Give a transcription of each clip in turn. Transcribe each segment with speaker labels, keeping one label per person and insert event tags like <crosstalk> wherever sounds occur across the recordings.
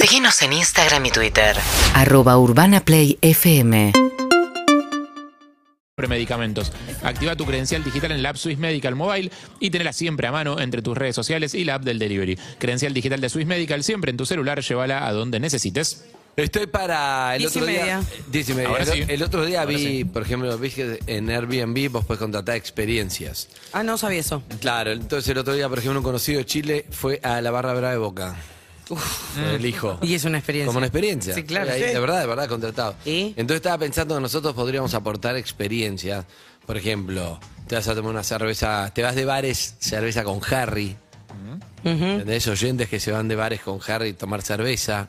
Speaker 1: Seguinos en Instagram y Twitter.
Speaker 2: Arroba Urbana Play FM.
Speaker 3: sobre medicamentos. Activa tu credencial digital en la app Swiss Medical Mobile y tenela siempre a mano entre tus redes sociales y la app del delivery. Credencial digital de Swiss Medical siempre en tu celular, llévala a donde necesites.
Speaker 4: Estoy para el
Speaker 5: Diez y
Speaker 4: otro día.
Speaker 5: media.
Speaker 4: Diez y media.
Speaker 3: Ahora
Speaker 4: el,
Speaker 3: sí.
Speaker 4: el otro día
Speaker 3: Ahora
Speaker 4: vi,
Speaker 3: sí.
Speaker 4: por ejemplo, vi que en Airbnb vos podés contratar experiencias.
Speaker 5: Ah, no sabía eso.
Speaker 4: Claro, entonces el otro día, por ejemplo, un conocido de Chile fue a la barra brava de Boca. Fue El hijo.
Speaker 5: Y es una experiencia.
Speaker 4: Como una experiencia.
Speaker 5: Sí, claro.
Speaker 4: Fue ahí,
Speaker 5: Sí.
Speaker 4: De verdad, de verdad, contratado.
Speaker 5: ¿Y?
Speaker 4: Entonces estaba pensando que nosotros podríamos aportar experiencias. Por ejemplo, te vas a tomar una cerveza, te vas de bares, cerveza con Harry. ¿Entendés? Oyentes que se van de bares con Harry a tomar cerveza.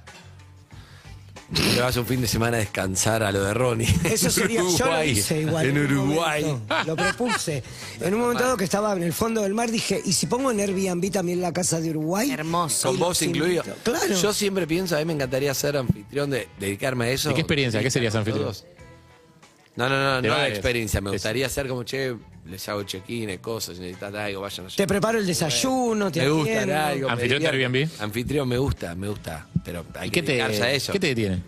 Speaker 4: Te vas un fin de semana a descansar a lo de Ronnie. <laughs>
Speaker 6: Eso sería, yo lo hice igual.
Speaker 4: En
Speaker 6: un
Speaker 4: Uruguay.
Speaker 6: momento, lo propuse. En un momento dado que estaba en el fondo del mar dije, ¿y si pongo en Airbnb también la casa de Uruguay?
Speaker 5: Hermoso.
Speaker 4: Con vos
Speaker 6: los
Speaker 4: incluido.
Speaker 6: invito. Claro.
Speaker 4: Yo siempre pienso, a mí me encantaría ser anfitrión, de, dedicarme a eso.
Speaker 3: ¿De qué experiencia? ¿Qué serías anfitrión?
Speaker 4: Todos. No, no, no,
Speaker 3: De
Speaker 4: no
Speaker 3: bares.
Speaker 4: experiencia. Me
Speaker 3: Eso.
Speaker 4: gustaría ser como, che, les hago check-in, cosas, si necesitan algo, vayan allá.
Speaker 6: Te preparo el desayuno, te
Speaker 4: me gusta
Speaker 6: atiendo.
Speaker 4: algo. me
Speaker 3: ¿Anfitrión de
Speaker 4: divierto.
Speaker 3: Airbnb?
Speaker 4: Anfitrión me gusta, me gusta. Pero hay
Speaker 3: ¿Y
Speaker 4: que
Speaker 3: qué te,
Speaker 4: dedicarse a eso.
Speaker 3: qué te detiene?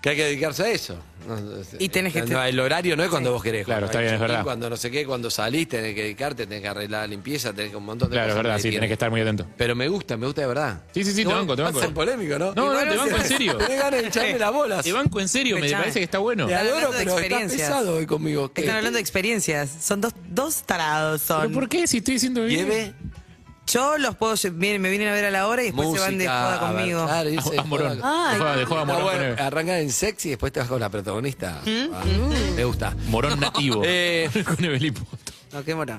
Speaker 4: Que hay que dedicarse a eso. No, no,
Speaker 5: Y tenés que
Speaker 4: Este, no,
Speaker 5: te-
Speaker 4: el horario no es cuando vos querés.
Speaker 3: Claro,
Speaker 4: cuando
Speaker 3: está
Speaker 4: hay
Speaker 3: bien, es
Speaker 4: check-in,
Speaker 3: verdad.
Speaker 4: Cuando no sé qué, cuando salís, tenés que dedicarte, tenés que arreglar la limpieza, tenés que un montón de
Speaker 3: Claro, es
Speaker 4: cosas.
Speaker 3: verdad, sí,
Speaker 4: te
Speaker 3: tenés que estar muy atento.
Speaker 4: pero me gusta, me gusta de verdad.
Speaker 3: Sí, sí, sí, te
Speaker 4: Igual,
Speaker 3: banco, te
Speaker 4: vas a
Speaker 3: banco.
Speaker 4: ser polémico,
Speaker 3: No,
Speaker 4: ¿no?
Speaker 3: no,
Speaker 4: Igual
Speaker 3: te banco,
Speaker 4: sí.
Speaker 3: en serio.
Speaker 4: Tenés ganas de echarme las bolas.
Speaker 3: Te banco en serio, me
Speaker 5: Escuchame.
Speaker 3: parece que está bueno.
Speaker 4: Te
Speaker 5: Están
Speaker 4: adoro,
Speaker 5: hablando de
Speaker 4: pero estás
Speaker 5: experiencias.
Speaker 4: pesado hoy conmigo. Eh, ¿Qué?
Speaker 5: Están hablando de experiencias. Son dos, dos tarados.
Speaker 3: ¿Pero
Speaker 5: Son.
Speaker 3: por qué? Si estoy diciendo bien.
Speaker 4: Lleve
Speaker 5: Yo los puedo. lle- vienen- me vienen a ver a la hora y después
Speaker 4: música.
Speaker 5: se van de joda
Speaker 4: a ver,
Speaker 5: conmigo.
Speaker 4: claro, irse de
Speaker 3: A, a Morón.
Speaker 4: joda.
Speaker 5: Ay,
Speaker 3: Dejó- dejó a
Speaker 4: Está
Speaker 3: Morón
Speaker 4: bueno,
Speaker 3: con él.
Speaker 4: arranca en sexy y después te vas con la protagonista. Ah, Me gusta.
Speaker 3: Morón nativo.
Speaker 4: Eh.
Speaker 3: <laughs> con Evelipo.
Speaker 5: No, qué morón.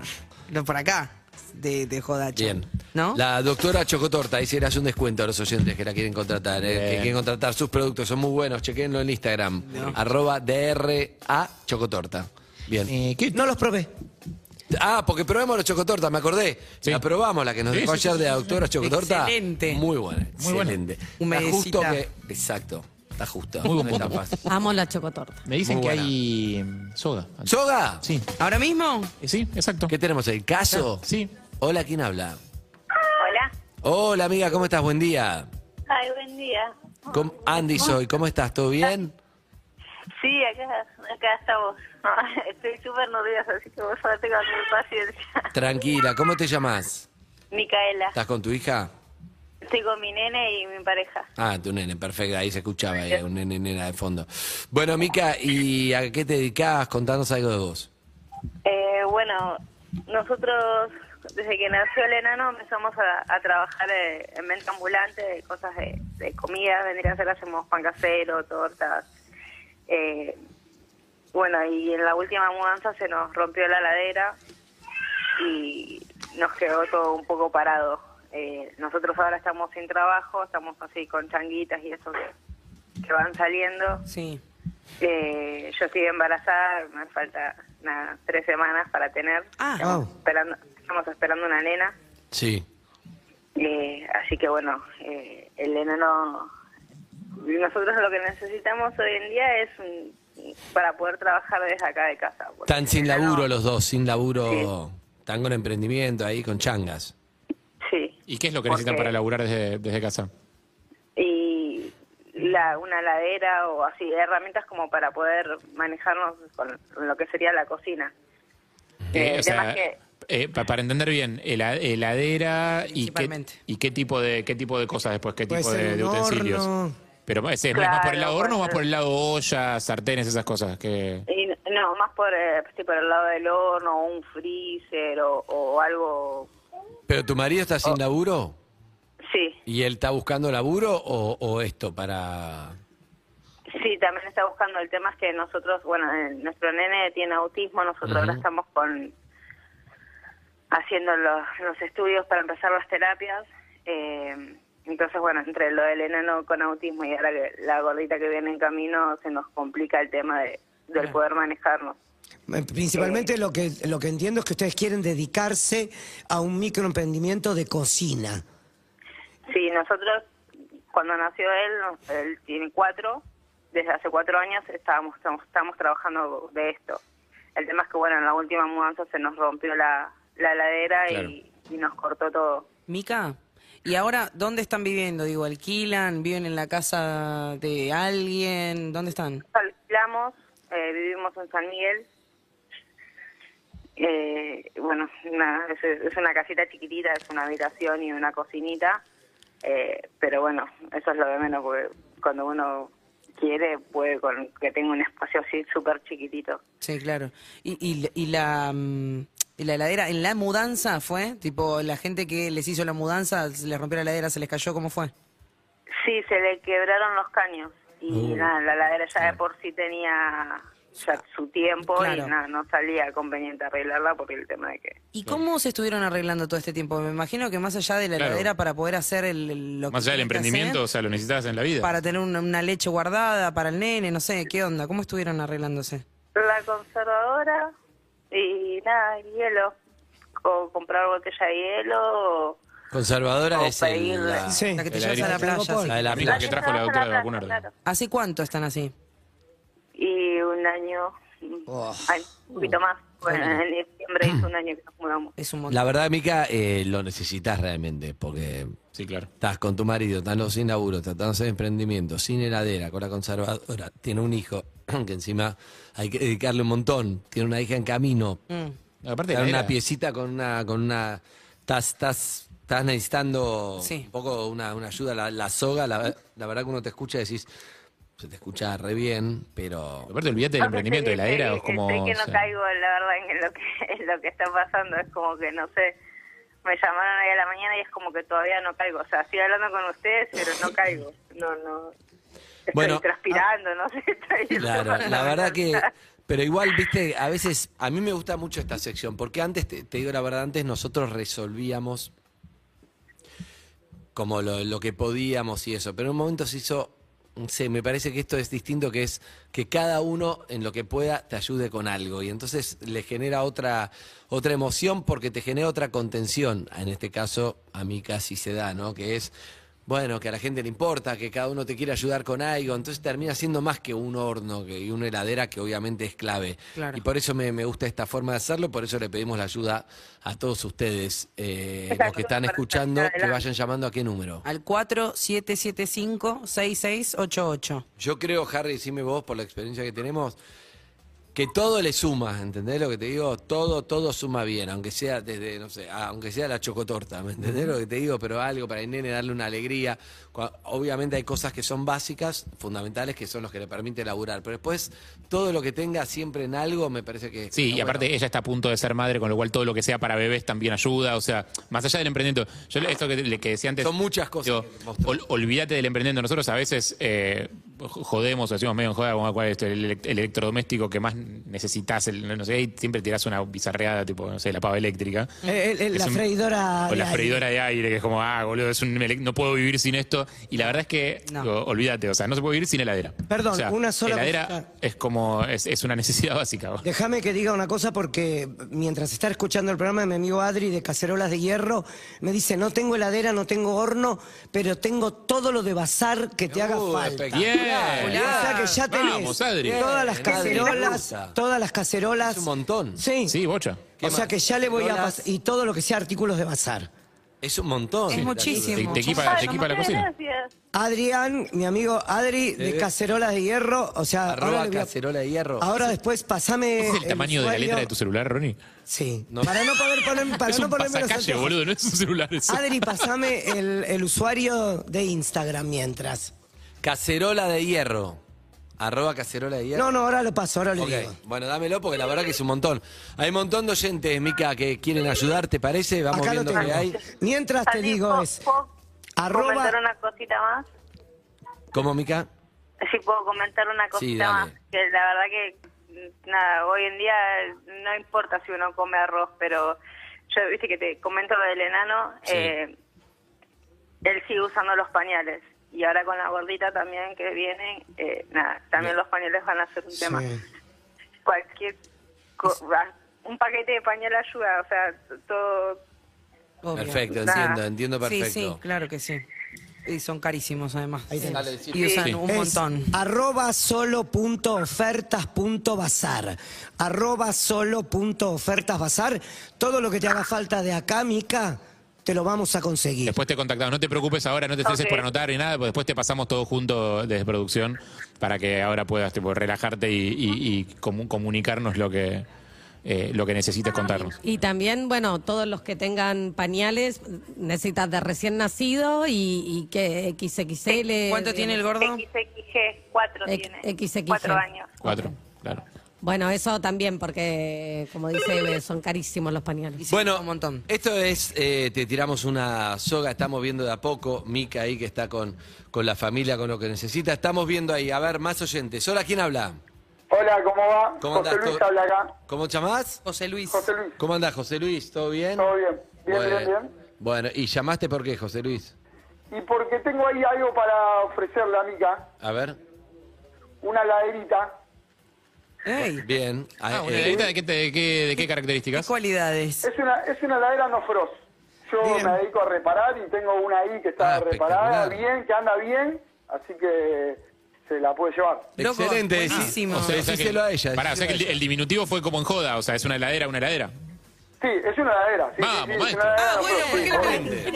Speaker 5: Lo por acá. De, de joda, che.
Speaker 4: Bien.
Speaker 5: ¿No?
Speaker 4: La doctora Chocotorta dice, le hace un descuento a los oyentes que la quieren contratar, eh, que
Speaker 3: Bien.
Speaker 4: quieren contratar sus productos, son muy buenos, chequenlo en Instagram, arroba DRA Chocotorta. Bien.
Speaker 3: Eh, ¿qué-
Speaker 6: No los probé.
Speaker 4: Ah, porque probamos la chocotorta, me acordé.
Speaker 3: Sí.
Speaker 4: La probamos, la que nos
Speaker 3: Sí,
Speaker 4: dejó
Speaker 3: sí, sí,
Speaker 4: ayer de la doctora chocotorta.
Speaker 5: Excelente.
Speaker 4: Muy buena,
Speaker 3: Muy buena.
Speaker 4: excelente. Está
Speaker 5: Humedecita.
Speaker 4: justo que... Exacto, está justo.
Speaker 3: Muy buen
Speaker 4: Está
Speaker 3: punto.
Speaker 4: fácil.
Speaker 7: Amo la chocotorta.
Speaker 3: Me dicen que
Speaker 4: Muy buena.
Speaker 3: hay mm, soga.
Speaker 4: ¿Soga?
Speaker 3: Sí,
Speaker 5: ¿Ahora mismo?
Speaker 3: eh, sí, exacto. Ah,
Speaker 4: ¿Qué tenemos ahí? ¿Caso?
Speaker 3: Sí.
Speaker 4: Hola, ¿quién habla?
Speaker 8: Hola.
Speaker 4: Hola, amiga, ¿cómo estás? Buen día.
Speaker 8: Ay, buen día.
Speaker 4: Com- Andy soy, ¿cómo estás? ¿Todo bien?
Speaker 8: Sí, acá, acá estamos. <laughs> Estoy súper nerviosa, así que por favor tengan mi paciencia.
Speaker 4: Tranquila, ¿cómo te llamas?
Speaker 8: Micaela,
Speaker 4: ¿Estás con tu hija?
Speaker 8: estoy con mi nene y mi pareja.
Speaker 4: Ah, tu nene, perfecto, ahí se escuchaba, eh, un nene nena de fondo. Bueno, Mica, ¿y a qué te dedicás? Contanos algo de vos.
Speaker 8: Eh, bueno, nosotros desde que nació el enano empezamos a, a trabajar eh, en venta ambulante de cosas de, de comida, vendría a ser hacemos pan casero, tortas. Eh, bueno, y en la última mudanza se nos rompió la ladera y nos quedó todo un poco parado. Eh, nosotros ahora estamos sin trabajo, estamos así con changuitas y eso que- que van saliendo.
Speaker 5: Sí.
Speaker 8: Eh, yo estoy embarazada, me falta nada, tres semanas para tener.
Speaker 5: Ah.
Speaker 8: estamos,
Speaker 6: Wow.
Speaker 8: esperando, estamos esperando una nena.
Speaker 4: Sí.
Speaker 8: Eh, así que bueno, eh, el enano. Nosotros lo que necesitamos hoy en día es un- para poder trabajar desde acá de casa. porque
Speaker 4: Están sin
Speaker 8: el enano-
Speaker 4: laburo los dos, sin laburo. Están con emprendimiento ahí, con changas.
Speaker 8: Sí.
Speaker 3: ¿Y qué es lo que necesitan
Speaker 8: Porque-
Speaker 3: para laburar desde, desde casa?
Speaker 8: y la, una ladera o así, herramientas como para poder manejarnos con lo que sería la cocina.
Speaker 3: Eh,
Speaker 8: Eh,
Speaker 3: o sea,
Speaker 8: además que-
Speaker 3: eh, pa- para entender bien, hela- heladera y qué,
Speaker 5: Principalmente.
Speaker 3: y qué tipo de qué tipo de cosas después, qué
Speaker 6: Puede
Speaker 3: tipo
Speaker 6: ser
Speaker 3: de,
Speaker 6: un
Speaker 3: de utensilios.
Speaker 6: horno.
Speaker 3: Pero ese es más
Speaker 8: Claro,
Speaker 3: por el lado horno o
Speaker 8: puede
Speaker 3: más
Speaker 8: ser.
Speaker 3: por el lado olla, sartenes, esas cosas que
Speaker 8: Y n- no, más por, eh, sí, por el lado del horno, o un freezer o, o algo.
Speaker 4: ¿Pero tu marido está sin laburo?
Speaker 8: Sí,
Speaker 4: ¿Y él está buscando laburo o, o esto para...?
Speaker 8: sí, también está buscando. El tema es que nosotros, bueno, eh, nuestro nene tiene autismo, nosotros ahora estamos con haciendo los, los estudios para empezar las terapias. eh, entonces, bueno, entre lo del enano con autismo y ahora que la gordita que viene en camino, se nos complica el tema de, del poder manejarnos.
Speaker 6: Eh, Principalmente lo que, lo que entiendo es que ustedes quieren dedicarse a un microemprendimiento de cocina.
Speaker 8: Sí, nosotros cuando nació él, no- él tiene cuatro, desde hace cuatro años estábamos, estamos, estamos trabajando de esto. El tema es que, bueno, en la última mudanza se nos rompió la, la heladera y, y nos cortó todo.
Speaker 5: Mica.
Speaker 7: ¿Y ahora dónde están viviendo? Digo, ¿alquilan? ¿Viven en la casa de alguien? ¿Dónde están?
Speaker 8: Alquilamos, eh, vivimos en San Miguel. Eh, bueno, nada, es, es una casita chiquitita, es una habitación y una cocinita. Eh, pero bueno, eso es lo de menos, porque cuando uno quiere, puede con que tenga un espacio así súper chiquitito.
Speaker 7: Sí, claro. ¿Y, y, y la, mm, y la heladera en la mudanza fue? Tipo, la gente que les hizo la mudanza, se les rompió la heladera, se les cayó, ¿cómo fue?
Speaker 8: Sí, se le quebraron los caños. Y nada, la ladera ya de por Uh. sí tenía ya su tiempo
Speaker 7: Claro.
Speaker 8: y nada, no salía conveniente arreglarla porque el tema de que...
Speaker 7: ¿Y cómo se estuvieron arreglando todo este tiempo? Me imagino que más allá de la
Speaker 3: Claro.
Speaker 7: heladera para poder hacer el, el- lo que
Speaker 3: Más allá del
Speaker 7: tenés que
Speaker 3: emprendimiento, o
Speaker 7: hacer,
Speaker 3: sea, lo necesitas en la vida.
Speaker 7: para tener una, una leche guardada para el nene, no sé, ¿qué onda? ¿Cómo estuvieron arreglándose?
Speaker 8: La conservadora y nada, el hielo. O comprar botella de hielo o...
Speaker 4: Conservadora
Speaker 8: O
Speaker 4: es el-
Speaker 8: pedirle.
Speaker 4: la,
Speaker 6: Sí.
Speaker 7: La que te
Speaker 3: El
Speaker 7: llevas a la
Speaker 3: aire.
Speaker 7: playa.
Speaker 6: Tengo
Speaker 7: sí.
Speaker 4: la de
Speaker 3: la
Speaker 4: la
Speaker 3: misma que
Speaker 4: playa.
Speaker 3: trajo la
Speaker 8: Estaba
Speaker 3: doctora
Speaker 8: en
Speaker 3: de
Speaker 8: la
Speaker 3: vacunarte.
Speaker 8: plaza, claro.
Speaker 7: ¿Hace cuánto están así?
Speaker 8: Y un año...
Speaker 7: Oh.
Speaker 8: ay, un poquito más. Bueno, en diciembre hizo un año que nos mudamos.
Speaker 7: Uh, Es un montón.
Speaker 4: La verdad, Mica, eh, lo necesitas realmente, porque
Speaker 3: Sí, claro.
Speaker 4: estás con tu marido, estás sin laburo, tratando de emprendimiento, sin heladera, con la conservadora, tiene un hijo, <clears throat> que encima hay que dedicarle un montón, tiene una hija en camino,
Speaker 9: Mm.
Speaker 3: Aparte
Speaker 4: Era
Speaker 3: de
Speaker 4: una piecita con una, con una. Estás, estás, estás necesitando
Speaker 7: Sí.
Speaker 4: un poco una, una ayuda. La, la soga, la, la verdad que uno te escucha y decís, se te escucha re bien, pero.
Speaker 3: Aparte, olvídate del
Speaker 8: Ah,
Speaker 3: emprendimiento de la era. Es como.
Speaker 8: Sé que no
Speaker 3: o sea,
Speaker 8: caigo, la verdad, en lo, que, <laughs> en lo que está pasando. Es como que, no sé, me llamaron ahí a la mañana y es como que todavía no caigo. O sea, estoy hablando con ustedes, pero no caigo. No, no. Estoy
Speaker 3: ah,
Speaker 4: Bueno,
Speaker 8: transpirando, no sé. <laughs>
Speaker 4: <laughs>
Speaker 8: Estoy
Speaker 4: Claro, la verdad que. Pero igual, viste, a veces. A mí me gusta mucho esta sección, porque antes, te, te digo la verdad, antes nosotros resolvíamos como lo, lo que podíamos y eso. Pero en un momento se hizo. no sé, me parece que esto es distinto, que es que cada uno en lo que pueda te ayude con algo. Y entonces le genera otra, otra emoción porque te genera otra contención. En este caso, a mí casi se da, ¿no? Que es, bueno, que a la gente le importa, que cada uno te quiere ayudar con algo. Entonces termina siendo más que un horno que, y una heladera que obviamente es clave.
Speaker 7: Claro.
Speaker 4: Y por eso me, me gusta esta forma de hacerlo, por eso le pedimos la ayuda a todos ustedes, eh, los que están escuchando, que vayan llamando a qué número.
Speaker 7: Al 4775-6688.
Speaker 4: Yo creo, Harry, decime vos por la experiencia que tenemos, que todo le suma, ¿entendés lo que te digo? Todo, todo suma bien, aunque sea desde, no sé, a- aunque sea la chocotorta, ¿me entendés lo que te digo? Pero algo para el nene, darle una alegría. Cua- Obviamente hay cosas que son básicas, fundamentales, que son los que le permite laburar. Pero después, todo lo que tenga siempre en algo, me parece que...
Speaker 3: Sí, y
Speaker 4: bueno.
Speaker 3: aparte ella está a punto de ser madre, con lo cual todo lo que sea para bebés también ayuda. O sea, más allá del emprendimiento, yo le- esto que, le- que decía antes.
Speaker 4: Son muchas cosas
Speaker 3: digo,
Speaker 4: que mostró.
Speaker 3: ol- olvídate del emprendimiento. Nosotros a veces eh, jodemos, o decimos medio en joda, como cuál es el, elec- el electrodoméstico que más necesitas, el- no sé, y siempre tirás una bizarreada, tipo, no sé, la pava eléctrica.
Speaker 6: Eh, eh, eh, la
Speaker 3: Mm. Es un-
Speaker 6: freidora.
Speaker 3: O la
Speaker 6: de aire.
Speaker 3: freidora de aire, que es como, ah, boludo, es un elec- no puedo vivir sin esto. Y la verdad es que,
Speaker 7: No.
Speaker 3: digo, olvídate, o sea, no se puede vivir sin heladera.
Speaker 6: Perdón,
Speaker 3: O sea,
Speaker 6: una sola
Speaker 3: Heladera
Speaker 6: cosa.
Speaker 3: es como, es, es una necesidad <laughs> básica. vos.
Speaker 6: Déjame que diga una cosa porque mientras está escuchando el programa de mi amigo Adri de Cacerolas de Hierro, me dice, no tengo heladera, no tengo horno, pero tengo todo lo de bazar que te haga
Speaker 4: Uh,
Speaker 6: falta.
Speaker 4: espectacular.
Speaker 6: O sea que ya tenés
Speaker 3: Vamos, Adri.
Speaker 6: todas las
Speaker 4: Bien, Adri, me
Speaker 6: cacerolas,
Speaker 4: gusta.
Speaker 6: todas las cacerolas.
Speaker 4: Es un montón.
Speaker 6: Sí.
Speaker 3: Sí, bocha.
Speaker 6: O sea
Speaker 4: más?
Speaker 6: que ya le voy a
Speaker 4: Cacerolas.
Speaker 6: pasar y todo lo que sea artículos de bazar.
Speaker 4: Es un montón.
Speaker 7: Es muchísimo.
Speaker 3: Te, te equipa,
Speaker 7: Ay,
Speaker 3: te equipa la
Speaker 8: Muchas
Speaker 3: cocina. <laughs>
Speaker 8: gracias.
Speaker 6: Adrián, mi amigo Adri de
Speaker 3: Eh.
Speaker 4: Sí.
Speaker 6: Cacerolas de Hierro, o sea, ahora,
Speaker 4: Arroba
Speaker 6: le voy a-
Speaker 4: cacerola de hierro.
Speaker 6: ahora después pasame
Speaker 3: ¿Es el tamaño de la
Speaker 6: usuario.
Speaker 3: letra de tu celular, Ronnie?
Speaker 6: Sí.
Speaker 4: No.
Speaker 6: Para no poder poner, para
Speaker 3: es
Speaker 6: no
Speaker 3: un
Speaker 6: ponerme los
Speaker 3: pasacalle,
Speaker 6: anteojos.
Speaker 3: boludo, no es un celular. eso.
Speaker 6: Adri, pasame el, el usuario de Instagram mientras.
Speaker 4: Cacerola de hierro. Arroba cacerola de hierro.
Speaker 6: No, no, ahora lo paso, ahora lo
Speaker 4: Ok,
Speaker 6: digo.
Speaker 4: Bueno, dámelo porque la verdad que es un montón. Hay un montón de oyentes, Mica, que quieren ayudar, ¿te parece? Vamos
Speaker 6: Acá lo
Speaker 4: viendo qué
Speaker 6: tengo.
Speaker 4: hay.
Speaker 6: Mientras te
Speaker 8: Andy,
Speaker 6: digo
Speaker 8: ¿puedo-
Speaker 6: es
Speaker 8: puedo
Speaker 6: arroba
Speaker 8: comentar una cosita más? <laughs>
Speaker 4: ¿Cómo, Mica?
Speaker 8: Si puedo comentar una cosita
Speaker 4: dale.
Speaker 8: más, que la verdad que mm, nada, hoy en día no importa si uno come arroz, pero yo viste que te comento lo del enano,
Speaker 4: Sí.
Speaker 8: eh, él sigue usando los pañales y ahora con la gordita también que viene, eh, nada, también los pañales van a ser un tema.
Speaker 6: Sí.
Speaker 8: Cualquier co- va- un paquete de pañal ayuda, o sea, todo
Speaker 7: Obvio.
Speaker 4: Perfecto,
Speaker 8: Nada.
Speaker 4: entiendo, entiendo perfecto.
Speaker 7: Sí, sí, claro que sí. Y son carísimos además.
Speaker 6: Ahí tenés.
Speaker 4: Dale, sí.
Speaker 7: Y usan
Speaker 3: Sí.
Speaker 7: un
Speaker 6: es
Speaker 7: montón.
Speaker 6: arroba solo punto ofertas punto bazar. Arroba solo punto ofertas bazar. Todo lo que te haga falta de acá, Mica, te lo vamos a conseguir.
Speaker 3: Después te contactamos. No te preocupes ahora, no te estreses
Speaker 8: Ok.
Speaker 3: por anotar ni nada, pues después te pasamos todo junto desde producción para que ahora puedas tipo, relajarte y, y- y comu- comunicarnos lo que, eh, lo que necesites contarnos.
Speaker 9: Y también, bueno, todos los que tengan pañales, necesitas de recién nacido y, y que XXL.
Speaker 7: ¿Cuánto tiene el gordo?
Speaker 8: XXG, 4
Speaker 9: Ex-
Speaker 8: tiene.
Speaker 9: XXG.
Speaker 8: 4 años.
Speaker 3: Cuatro, claro.
Speaker 9: Bueno, eso también, porque como dice Eve, son carísimos los pañales.
Speaker 4: Bueno,
Speaker 7: un montón.
Speaker 4: esto es, eh, te tiramos una soga, estamos viendo de a poco, Mica ahí que está con, con la familia, con lo que necesita, estamos viendo ahí, a ver, más oyentes. Hola, ¿quién habla?
Speaker 10: Hola, ¿cómo va?
Speaker 4: ¿Cómo
Speaker 10: José
Speaker 4: andás?
Speaker 10: Luis
Speaker 4: ¿Todo-
Speaker 10: habla acá.
Speaker 4: ¿Cómo te llamás?
Speaker 7: José Luis.
Speaker 10: José Luis,
Speaker 4: ¿Cómo andás, José Luis? ¿Todo bien?
Speaker 10: todo bien. Bien, bien,
Speaker 4: Bueno,
Speaker 10: bien.
Speaker 4: bueno, ¿y llamaste por qué, José Luis?
Speaker 10: Y porque tengo ahí algo para ofrecerle a Mica,
Speaker 4: A ver,
Speaker 10: una laderita.
Speaker 7: Ey,
Speaker 4: bien.
Speaker 3: Ah,
Speaker 4: Ah,
Speaker 3: bueno,
Speaker 4: eh,
Speaker 3: ¿y ahorita ¿de, qué, te- de qué- de qué
Speaker 7: ¿Qué
Speaker 3: características?
Speaker 7: cualidades?
Speaker 10: Es una, es una heladera no frost. Yo me dedico a reparar y tengo una ahí que está
Speaker 4: Ah,
Speaker 10: reparada
Speaker 4: espectacular.
Speaker 10: bien, que anda bien, así que se la puede llevar.
Speaker 7: Loco,
Speaker 4: Excelente, decí-
Speaker 7: buenísimo.
Speaker 4: o sea, decíselo a ella.
Speaker 3: Pará, o sea
Speaker 4: decíselo
Speaker 3: que
Speaker 4: a
Speaker 3: el,
Speaker 4: ella.
Speaker 3: el diminutivo fue como en joda, o sea, es una heladera, una heladera.
Speaker 10: Sí, es una heladera. Sí, sí,
Speaker 3: Vamos,
Speaker 10: sí, es
Speaker 3: maestro.
Speaker 10: una heladera
Speaker 7: Ah,
Speaker 10: no
Speaker 7: bueno,
Speaker 10: frost,
Speaker 7: ¿por
Speaker 10: sí,
Speaker 7: qué no
Speaker 10: obvio.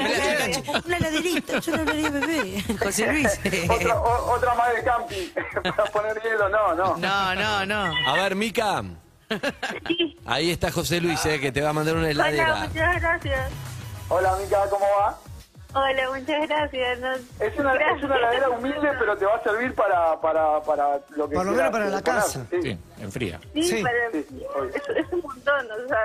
Speaker 7: Una laderita, yo no ladería bebé.
Speaker 4: <laughs>
Speaker 7: José Luis.
Speaker 10: <laughs> otra, o- otra más de camping <laughs> para poner hielo, no, no.
Speaker 7: No, no, no.
Speaker 4: A ver, Mica. Ahí está José Luis, eh, que te va a mandar una
Speaker 8: Hola,
Speaker 4: heladera.
Speaker 8: muchas gracias.
Speaker 10: Hola, Mica, ¿cómo va?
Speaker 8: Hola, muchas gracias. No-
Speaker 10: Es una, es una heladera humilde, pero te va a servir para, para, para lo que
Speaker 6: Por lo
Speaker 10: quieras,
Speaker 6: menos para la
Speaker 10: eh,
Speaker 6: casa.
Speaker 10: poner,
Speaker 3: Sí, en fría.
Speaker 8: Sí,
Speaker 6: Sí.
Speaker 8: para-
Speaker 10: Sí, obvio.
Speaker 8: es, es un montón, o sea,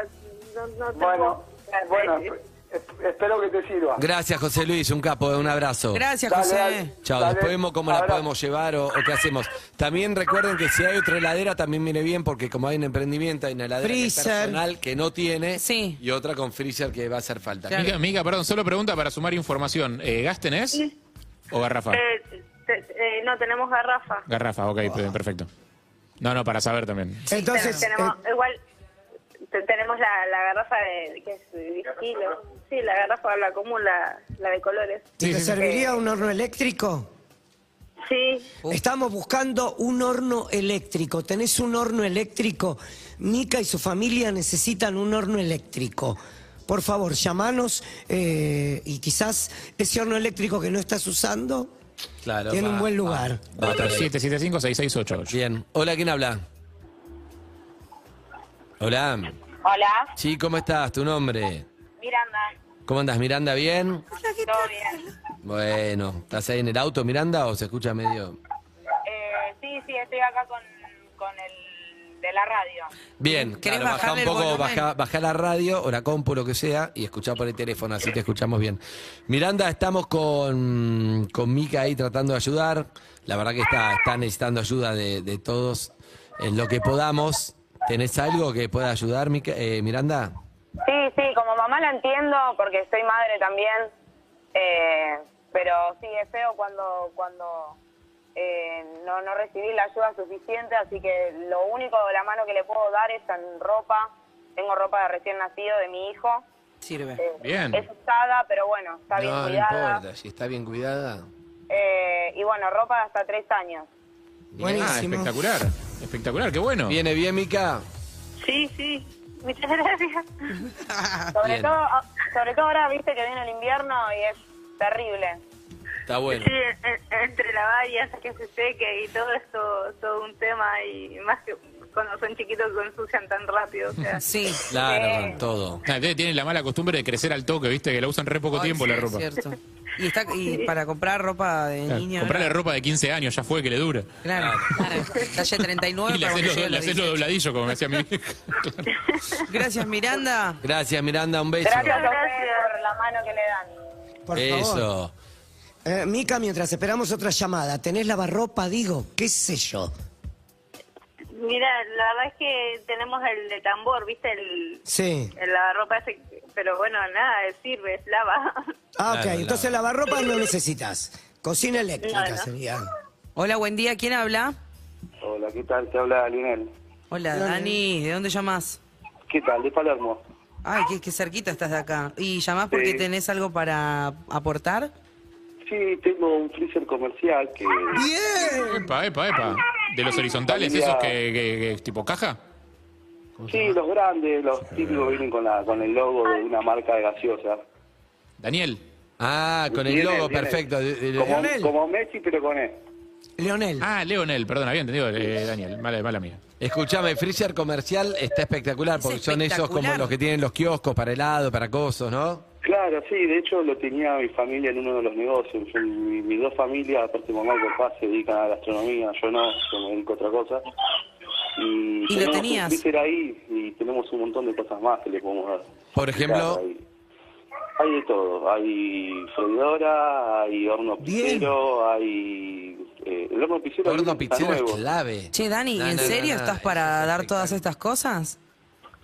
Speaker 8: no, no te
Speaker 10: Bueno,
Speaker 8: puedo-
Speaker 10: bueno, esp- espero que te sirva.
Speaker 4: Gracias, José Luis, un capo, eh, un abrazo.
Speaker 7: Gracias,
Speaker 10: Dale,
Speaker 7: José.
Speaker 10: dale.
Speaker 4: Chao,
Speaker 10: Dale,
Speaker 4: después vemos cómo la
Speaker 10: abrazo.
Speaker 4: podemos llevar o, o qué hacemos. También recuerden que si hay otra heladera también viene bien porque como hay un emprendimiento, hay una heladera que es
Speaker 6: Freezer.
Speaker 4: personal que no tiene
Speaker 7: Sí.
Speaker 4: y otra con freezer que va a hacer falta.
Speaker 7: Claro.
Speaker 3: Mica, Mica, perdón, solo pregunta para sumar información. Eh, ¿Gas tenés o garrafa?
Speaker 8: Eh, te- te- eh, no, tenemos garrafa.
Speaker 3: Garrafa, ok, pe- perfecto. No, no, para saber también.
Speaker 6: Entonces,
Speaker 8: tenemos,
Speaker 6: eh,
Speaker 8: igual te- tenemos la, la garrafa de que es de estilo. Sí, la garrafa la común, la, la de colores.
Speaker 6: ¿te
Speaker 3: sí, sí.
Speaker 6: serviría un horno eléctrico?
Speaker 8: Sí,
Speaker 6: Estamos buscando un horno eléctrico. ¿Tenés un horno eléctrico? Mica y su familia necesitan un horno eléctrico. Por favor, llamanos eh, y quizás ese horno eléctrico que no estás usando
Speaker 4: Claro,
Speaker 6: tiene
Speaker 4: va,
Speaker 6: un buen
Speaker 4: va.
Speaker 6: lugar.
Speaker 4: Va, está bien.
Speaker 3: 4775-6688.
Speaker 4: Bien. Hola, ¿quién habla? Hola.
Speaker 8: hola,
Speaker 4: Sí, ¿cómo estás? ¿Tu nombre?
Speaker 8: Miranda.
Speaker 4: ¿Cómo andas, Miranda? ¿Bien?
Speaker 8: Todo bien.
Speaker 4: Bueno, ¿estás ahí en el auto, Miranda, o se escucha medio...?
Speaker 8: Eh, sí, sí, estoy acá con, con el de la radio.
Speaker 4: Bien,
Speaker 7: ¿Querés
Speaker 4: claro, baja
Speaker 7: bajarle
Speaker 4: un
Speaker 7: el
Speaker 4: poco,
Speaker 7: volumen?
Speaker 4: baja, baja la radio o la compu, lo que sea, y escuchá por el teléfono, así te escuchamos bien. Miranda, estamos con, con Mica ahí tratando de ayudar. La verdad que está, está necesitando ayuda de, de todos en lo que podamos. ¿Tenés algo que pueda ayudar, Mica- eh, Miranda?
Speaker 8: Sí, sí, como mamá la entiendo porque soy madre también, eh, pero sí es feo cuando cuando eh, no, no recibí la ayuda suficiente, así que lo único, la mano que le puedo dar es en ropa, tengo ropa de recién nacido de mi hijo,
Speaker 7: Sirve.
Speaker 8: eh,
Speaker 3: Bien.
Speaker 8: es usada, pero bueno, está bien
Speaker 4: no, no
Speaker 8: cuidada,
Speaker 4: importa, si está bien cuidada.
Speaker 8: eh, y bueno, ropa de hasta tres años.
Speaker 3: Ah,
Speaker 6: Buenísimo.
Speaker 3: espectacular. Espectacular, qué bueno.
Speaker 4: ¿Viene bien, Mica?
Speaker 8: Sí, sí. Muchas gracias. sobre,
Speaker 4: Bien.
Speaker 8: todo, sobre todo ahora, viste que viene el invierno y es terrible.
Speaker 4: Está bueno.
Speaker 8: Sí, en- entre lavar y hasta que se seque y todo esto, todo un tema y más que cuando son chiquitos que ensucian tan rápido. O sea.
Speaker 7: Sí.
Speaker 4: Claro,
Speaker 8: Sí.
Speaker 4: con todo.
Speaker 3: Ah, ustedes tienen la mala costumbre de crecer al toque, viste, que la usan re poco
Speaker 7: Ay,
Speaker 3: tiempo
Speaker 7: sí,
Speaker 3: la ropa.
Speaker 7: Es cierto. Y, está, y para comprar ropa de
Speaker 3: Claro,
Speaker 7: niño.
Speaker 3: Comprarle ropa de 15 años, ya fue que le dura.
Speaker 7: Claro. Talle 39
Speaker 3: <laughs> Y le
Speaker 7: para
Speaker 3: haces
Speaker 7: cuando
Speaker 3: los,
Speaker 7: llegue
Speaker 3: le
Speaker 7: a los
Speaker 3: haces los
Speaker 7: 18.
Speaker 3: dobladillos, como me hacía mi vieja.
Speaker 7: Gracias,
Speaker 3: <laughs>
Speaker 7: Miranda.
Speaker 4: Gracias, Miranda, un beso.
Speaker 8: Gracias a ustedes por la mano que le dan.
Speaker 6: Por
Speaker 4: Eso.
Speaker 6: favor. Eh, Mica, mientras esperamos otra llamada, ¿tenés lavarropa? Digo, qué sé yo.
Speaker 8: Mira, la verdad es que tenemos el de tambor, viste, el,
Speaker 6: Sí.
Speaker 8: la ropa ese, pero bueno, nada, sirve, lava.
Speaker 6: Ah, ok.
Speaker 4: Claro,
Speaker 6: Entonces lavarropa no necesitas. Cocina eléctrica
Speaker 8: No, no.
Speaker 6: sería.
Speaker 7: Hola, buen día. ¿Quién habla?
Speaker 10: Hola, ¿qué tal? Te habla Lionel.
Speaker 7: Hola, Dani. ¿De dónde llamás?
Speaker 10: ¿Qué tal? De Palermo.
Speaker 7: Ay, qué, qué cerquita estás de acá. ¿Y llamás porque
Speaker 10: Sí.
Speaker 7: tenés algo para aportar?
Speaker 10: Sí, tengo un freezer comercial que...
Speaker 3: Epa, epa, epa. De los horizontales,
Speaker 10: Mira.
Speaker 3: esos que, que- que- tipo caja.
Speaker 10: Sí, los grandes, los típicos vienen con, la, con el logo de una marca de gaseosa.
Speaker 3: Daniel.
Speaker 4: Ah, con el
Speaker 10: Lionel,
Speaker 4: logo,
Speaker 10: Lionel.
Speaker 4: perfecto. de- de- de-
Speaker 10: Como, como Messi, pero con él.
Speaker 6: Leonel.
Speaker 3: Ah, Leonel, perdona, había entendido eh, Daniel, mala, mala mía.
Speaker 4: Escuchame, el freezer comercial está espectacular,
Speaker 7: Es
Speaker 4: porque son esos como
Speaker 7: espectacular.
Speaker 4: los que tienen los kioscos para helado, para cosos, ¿no?
Speaker 10: Claro, sí, de hecho lo tenía mi familia en uno de los negocios. Yo- mi- mis dos familias, aparte mamá y papá, se dedican a la gastronomía, yo no, yo me dedico a otra cosa. Y,
Speaker 7: ¿Y lo
Speaker 10: tenemos un
Speaker 7: tenías?
Speaker 10: freezer ahí y tenemos un montón de cosas más que le podemos dar.
Speaker 4: Por ejemplo.
Speaker 10: Claro, hay- Hay de todo, hay freidora, hay horno
Speaker 6: Bien.
Speaker 10: pizzero, hay... eh, el horno pizzero,
Speaker 4: Gordo
Speaker 10: está
Speaker 4: pizzero es
Speaker 10: nuevo.
Speaker 4: clave.
Speaker 7: Che, Dani,
Speaker 4: No,
Speaker 7: ¿en
Speaker 4: no, no,
Speaker 7: serio
Speaker 4: no,
Speaker 7: estás
Speaker 4: eso
Speaker 7: para
Speaker 4: es
Speaker 7: dar todas estas cosas?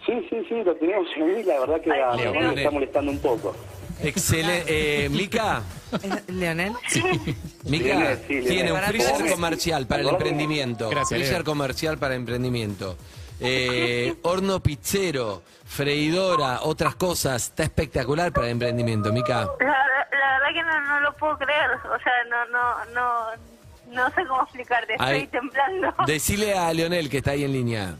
Speaker 10: Sí, sí, sí, lo tenemos ahí, la verdad que a mi
Speaker 4: Leo,
Speaker 10: mamá le está
Speaker 4: Leo.
Speaker 10: molestando un poco.
Speaker 4: Excelente. Eh, Mica,
Speaker 7: <laughs> ¿Es- ¿Leonel?
Speaker 4: Mica
Speaker 10: sí, Lionel.
Speaker 4: tiene un
Speaker 7: Para
Speaker 4: freezer
Speaker 7: todos.
Speaker 4: comercial para el emprendimiento.
Speaker 3: Gracias,
Speaker 4: Freezer
Speaker 3: Leo.
Speaker 4: comercial para emprendimiento. Eh, horno pizzero, freidora, otras cosas. Está espectacular para el emprendimiento, Mica.
Speaker 8: La, la verdad que no, no lo puedo creer, o sea, no, no, no, no sé cómo explicarte, estoy
Speaker 4: Ay.
Speaker 8: temblando.
Speaker 4: Decile a Leonel que está ahí en línea.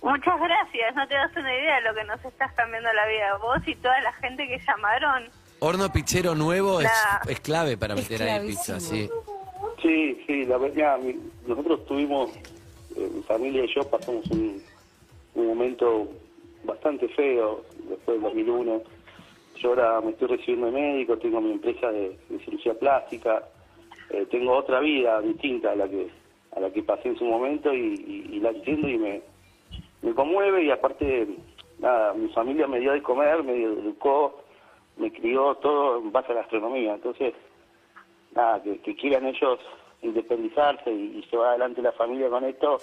Speaker 8: Muchas gracias, no te das una idea de lo que nos estás cambiando la vida, vos y toda la gente que llamaron.
Speaker 4: Horno pizzero nuevo es,
Speaker 8: Nah.
Speaker 4: es clave para
Speaker 9: Es
Speaker 4: meter ahí pizza, sí.
Speaker 9: clavísimo.
Speaker 10: Sí, sí, la verdad, mi- nosotros tuvimos, eh, mi familia y yo pasamos un, un momento bastante feo después del 2001. Yo ahora me estoy recibiendo de médico, tengo mi empresa de, de cirugía plástica, eh, tengo otra vida distinta a la que a la que pasé en su momento y, y- y la entiendo y me, me conmueve y aparte, nada, mi familia me dio de comer, me educó, me crió todo en base a la gastronomía, entonces nada, que, que quieran ellos independizarse y, y llevar adelante la familia con esto,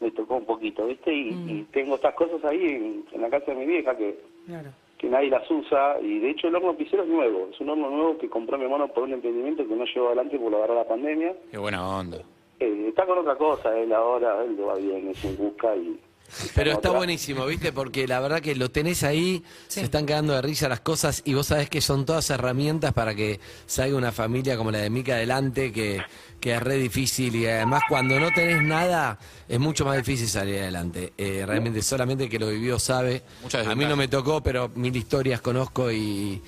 Speaker 10: me tocó un poquito, ¿viste? Y, y tengo estas cosas ahí en, en la casa de mi vieja que, que nadie las usa y de hecho el horno pizzero es nuevo, es un horno nuevo que compró mi hermano por un emprendimiento que no llevó adelante por lo agarró la pandemia.
Speaker 3: Qué buena onda.
Speaker 10: Eh, está con otra cosa, él ahora, él lo va bien, es un busca y...
Speaker 4: Pero está
Speaker 10: otra.
Speaker 4: buenísimo, ¿viste? Porque la verdad que lo tenés ahí, se están quedando de risa las cosas y vos sabés que son todas herramientas para que salga una familia como la de Mica adelante, que, que es re difícil y además cuando no tenés nada es mucho más difícil salir adelante. Eh, realmente solamente el que lo vivió sabe.
Speaker 3: Muchas
Speaker 4: A mí
Speaker 3: desventajas.
Speaker 4: no me tocó, pero mil historias conozco y...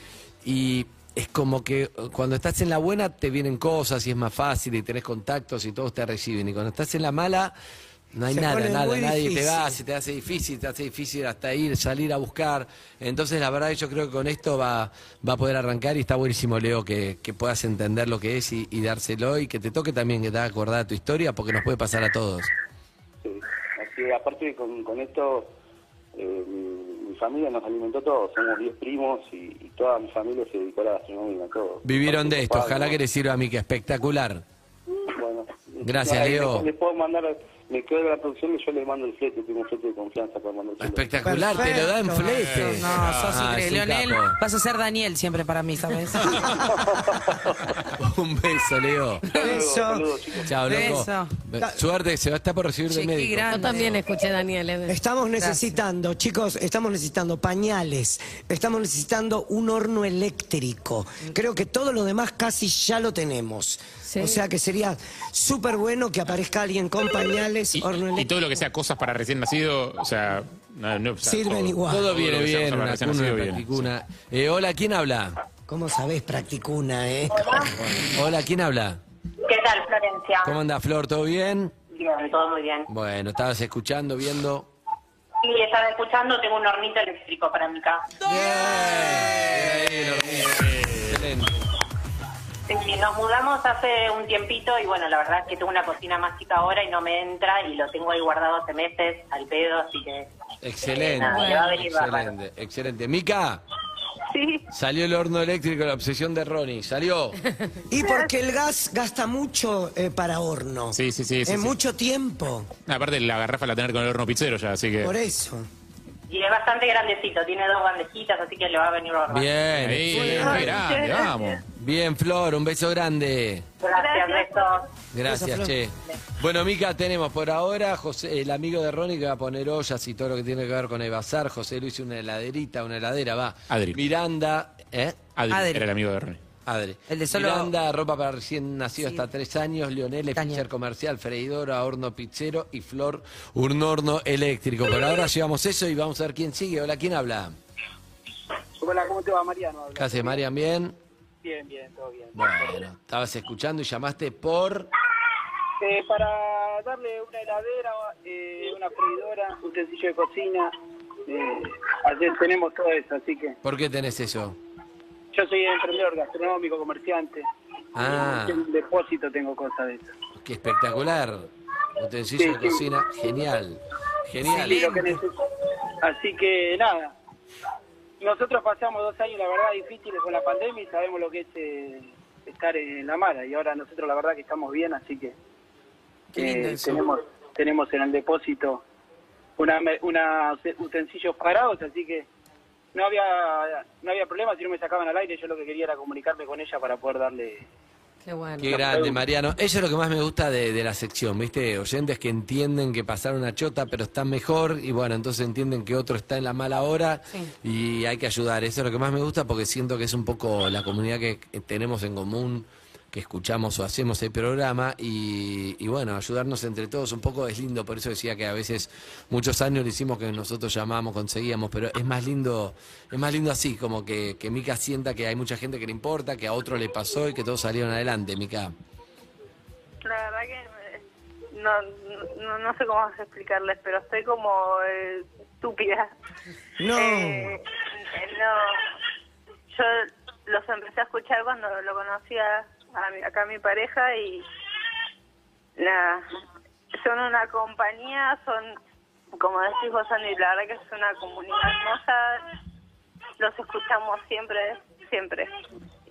Speaker 4: y es como que eh, cuando estás en la buena te vienen cosas y es más fácil y tenés contactos y todos te reciben. Y cuando estás en la mala no hay
Speaker 6: Se
Speaker 4: nada,
Speaker 6: pone
Speaker 4: nada,
Speaker 6: muy
Speaker 4: nadie te
Speaker 6: difícil.
Speaker 4: va, se te hace difícil, te hace difícil hasta ir, salir a buscar. Entonces, la verdad, yo creo que con esto va, va a poder arrancar y está buenísimo, Leo, que, que puedas entender lo que es y, y dárselo y que te toque también que te haga acordar tu historia porque nos puede pasar a todos.
Speaker 10: Sí. Así que aparte con, con esto, eh, mi, mi familia nos alimentó todos, somos 10 primos y, y toda mi familia se dedicó a la gastronomía, todos.
Speaker 4: Vivieron de esto,
Speaker 10: Papá,
Speaker 4: ojalá
Speaker 10: ¿no?
Speaker 4: que les sirva a mí, que espectacular.
Speaker 10: Bueno.
Speaker 4: Gracias,
Speaker 10: Ahí
Speaker 4: Leo.
Speaker 10: Les, les puedo mandar, me quedo de la producción y yo les mando el flete, tengo un flete de confianza para mandárselo.
Speaker 4: Espectacular, te lo da en
Speaker 6: Perfecto.
Speaker 4: flete.
Speaker 7: No, sos
Speaker 4: Ah, es
Speaker 7: increíble.
Speaker 4: un
Speaker 7: Leonel,
Speaker 4: capo.
Speaker 7: vas a ser Daniel siempre para mí, ¿sabes?
Speaker 4: <laughs> Un beso, Leo.
Speaker 10: Saludos,
Speaker 6: Eso.
Speaker 10: saludos, chicos.
Speaker 4: Chao, loco.
Speaker 7: Beso.
Speaker 4: Suerte, se va a estar por recibir de
Speaker 7: Che, qué
Speaker 4: médico.
Speaker 7: grande.
Speaker 9: Yo también escuché Daniel. eh.
Speaker 6: Estamos necesitando, chicos, estamos necesitando pañales, estamos necesitando un horno eléctrico. Creo que todo lo demás casi ya lo tenemos.
Speaker 9: Sí.
Speaker 6: O sea que sería súper bueno que aparezca alguien con pañales,
Speaker 3: Y,
Speaker 6: horno
Speaker 3: y todo
Speaker 6: eléctrico.
Speaker 3: lo que sea cosas para recién nacido, o sea, no, no, o sea,
Speaker 6: Sirven
Speaker 3: todo-
Speaker 6: igual.
Speaker 4: Todo viene
Speaker 3: lo que sea
Speaker 4: bien,
Speaker 3: para
Speaker 4: una
Speaker 3: recién
Speaker 4: cuna,
Speaker 3: nacido
Speaker 4: una
Speaker 3: viene,
Speaker 4: practicuna. Eh, hola, ¿quién habla?
Speaker 6: ¿Cómo sabés, practicuna, eh?
Speaker 4: Hola, ¿quién habla?
Speaker 8: ¿Qué tal, Florencia?
Speaker 4: ¿Cómo anda, Flor? ¿Todo bien?
Speaker 8: Bien, todo muy bien.
Speaker 4: Bueno, estabas escuchando, viendo.
Speaker 8: Y estaba escuchando, tengo un hornito eléctrico para mi casa.
Speaker 4: Bien, Excelente.
Speaker 8: Sí, nos mudamos hace un tiempito y bueno, la verdad es que tengo una cocina más chica ahora y no me entra y lo tengo ahí guardado hace meses al pedo, así que...
Speaker 4: Excelente,
Speaker 8: Nada, le va a venir bárbaro.
Speaker 4: excelente, excelente. Mica,
Speaker 8: Sí,
Speaker 4: salió el horno eléctrico, la obsesión de Ronnie, salió.
Speaker 6: Y porque el gas gasta mucho eh, para horno.
Speaker 3: Sí, sí, sí, sí,
Speaker 6: Es
Speaker 3: sí.
Speaker 6: mucho tiempo,
Speaker 3: Aparte, la garrafa la tener con el horno pizzero ya, así que.
Speaker 6: por eso.
Speaker 8: y es bastante grandecito, tiene dos bandejitas, así que le va a venir bárbaro.
Speaker 4: Bien,
Speaker 3: Ahí,
Speaker 4: excelente.
Speaker 3: qué grande, vamos.
Speaker 4: Bien, Flor, un beso grande.
Speaker 8: Gracias, besos.
Speaker 4: Gracias, che. Bueno, Mica, tenemos por ahora José, el amigo de Ronnie que va a poner ollas y todo lo que tiene que ver con el bazar. José Luis, una heladerita, una heladera, va.
Speaker 3: Adri.
Speaker 4: Miranda, ¿eh?
Speaker 3: Adri,
Speaker 7: Adri.
Speaker 3: era el amigo de Ronnie.
Speaker 4: Adri.
Speaker 7: El de solo-
Speaker 4: Miranda, ropa para recién nacido hasta tres años. Leonel,
Speaker 7: Caña.
Speaker 4: Fischer comercial, freidora, horno pizzero y Flor, un horno eléctrico. Por ahora llevamos eso y vamos a ver quién sigue. Hola, ¿quién habla?
Speaker 11: Hola, ¿cómo te va, Mariano? Habla.
Speaker 4: ¿Qué haces, Marian? ¿Bien?
Speaker 11: Bien, bien, todo bien.
Speaker 4: Bueno, estabas escuchando y llamaste por...
Speaker 11: Eh, para darle una heladera, eh, una freidora, un sencillo de cocina, eh, ayer tenemos todo eso, así que
Speaker 4: ¿Por qué tenés eso?
Speaker 11: yo soy emprendedor gastronómico, comerciante.
Speaker 4: Ah.
Speaker 11: En un depósito tengo cosas de eso.
Speaker 4: Qué espectacular. Utensilio de
Speaker 11: Sí, sí.
Speaker 4: cocina, genial. Genial.
Speaker 11: Sí, lo que necesito. Así que nada, nosotros pasamos dos años, la verdad, difíciles con la pandemia y sabemos lo que es eh, estar en la mala. Y ahora nosotros, la verdad, que estamos bien, así que
Speaker 7: Qué lindo
Speaker 11: eh,
Speaker 7: eso.
Speaker 11: tenemos, tenemos en el depósito una, me- una use- utensilios parados, así que no había no había problema si no me sacaban al aire. Yo lo que quería era comunicarme con ella para poder darle
Speaker 9: Qué bueno.
Speaker 4: Qué grande, Mariano. Eso es lo que más me gusta de, de la sección, ¿viste? Oyentes que entienden que pasaron una chota, pero están mejor, y bueno, entonces entienden que otro está en la mala hora y hay que ayudar. Eso es lo que más me gusta porque siento que es un poco la comunidad que que tenemos en común, que escuchamos o hacemos el programa, y, y bueno, ayudarnos entre todos un poco es lindo. Por eso decía que a veces muchos años le hicimos que nosotros llamamos, conseguíamos, pero es más lindo, es más lindo así, como que, que Mica sienta que hay mucha gente que le importa, que a otro le pasó y que todos salieron adelante, Mica.
Speaker 8: La verdad que eh, no, no, no sé cómo explicarles, pero estoy como eh, estúpida.
Speaker 6: No.
Speaker 11: Oh.
Speaker 8: Eh, no. Yo los empecé a escuchar cuando lo conocía a mi- acá a mi pareja y nada, son una compañía, son, como decís vos, Andy, la verdad que es una comunidad hermosa. Los escuchamos siempre, siempre,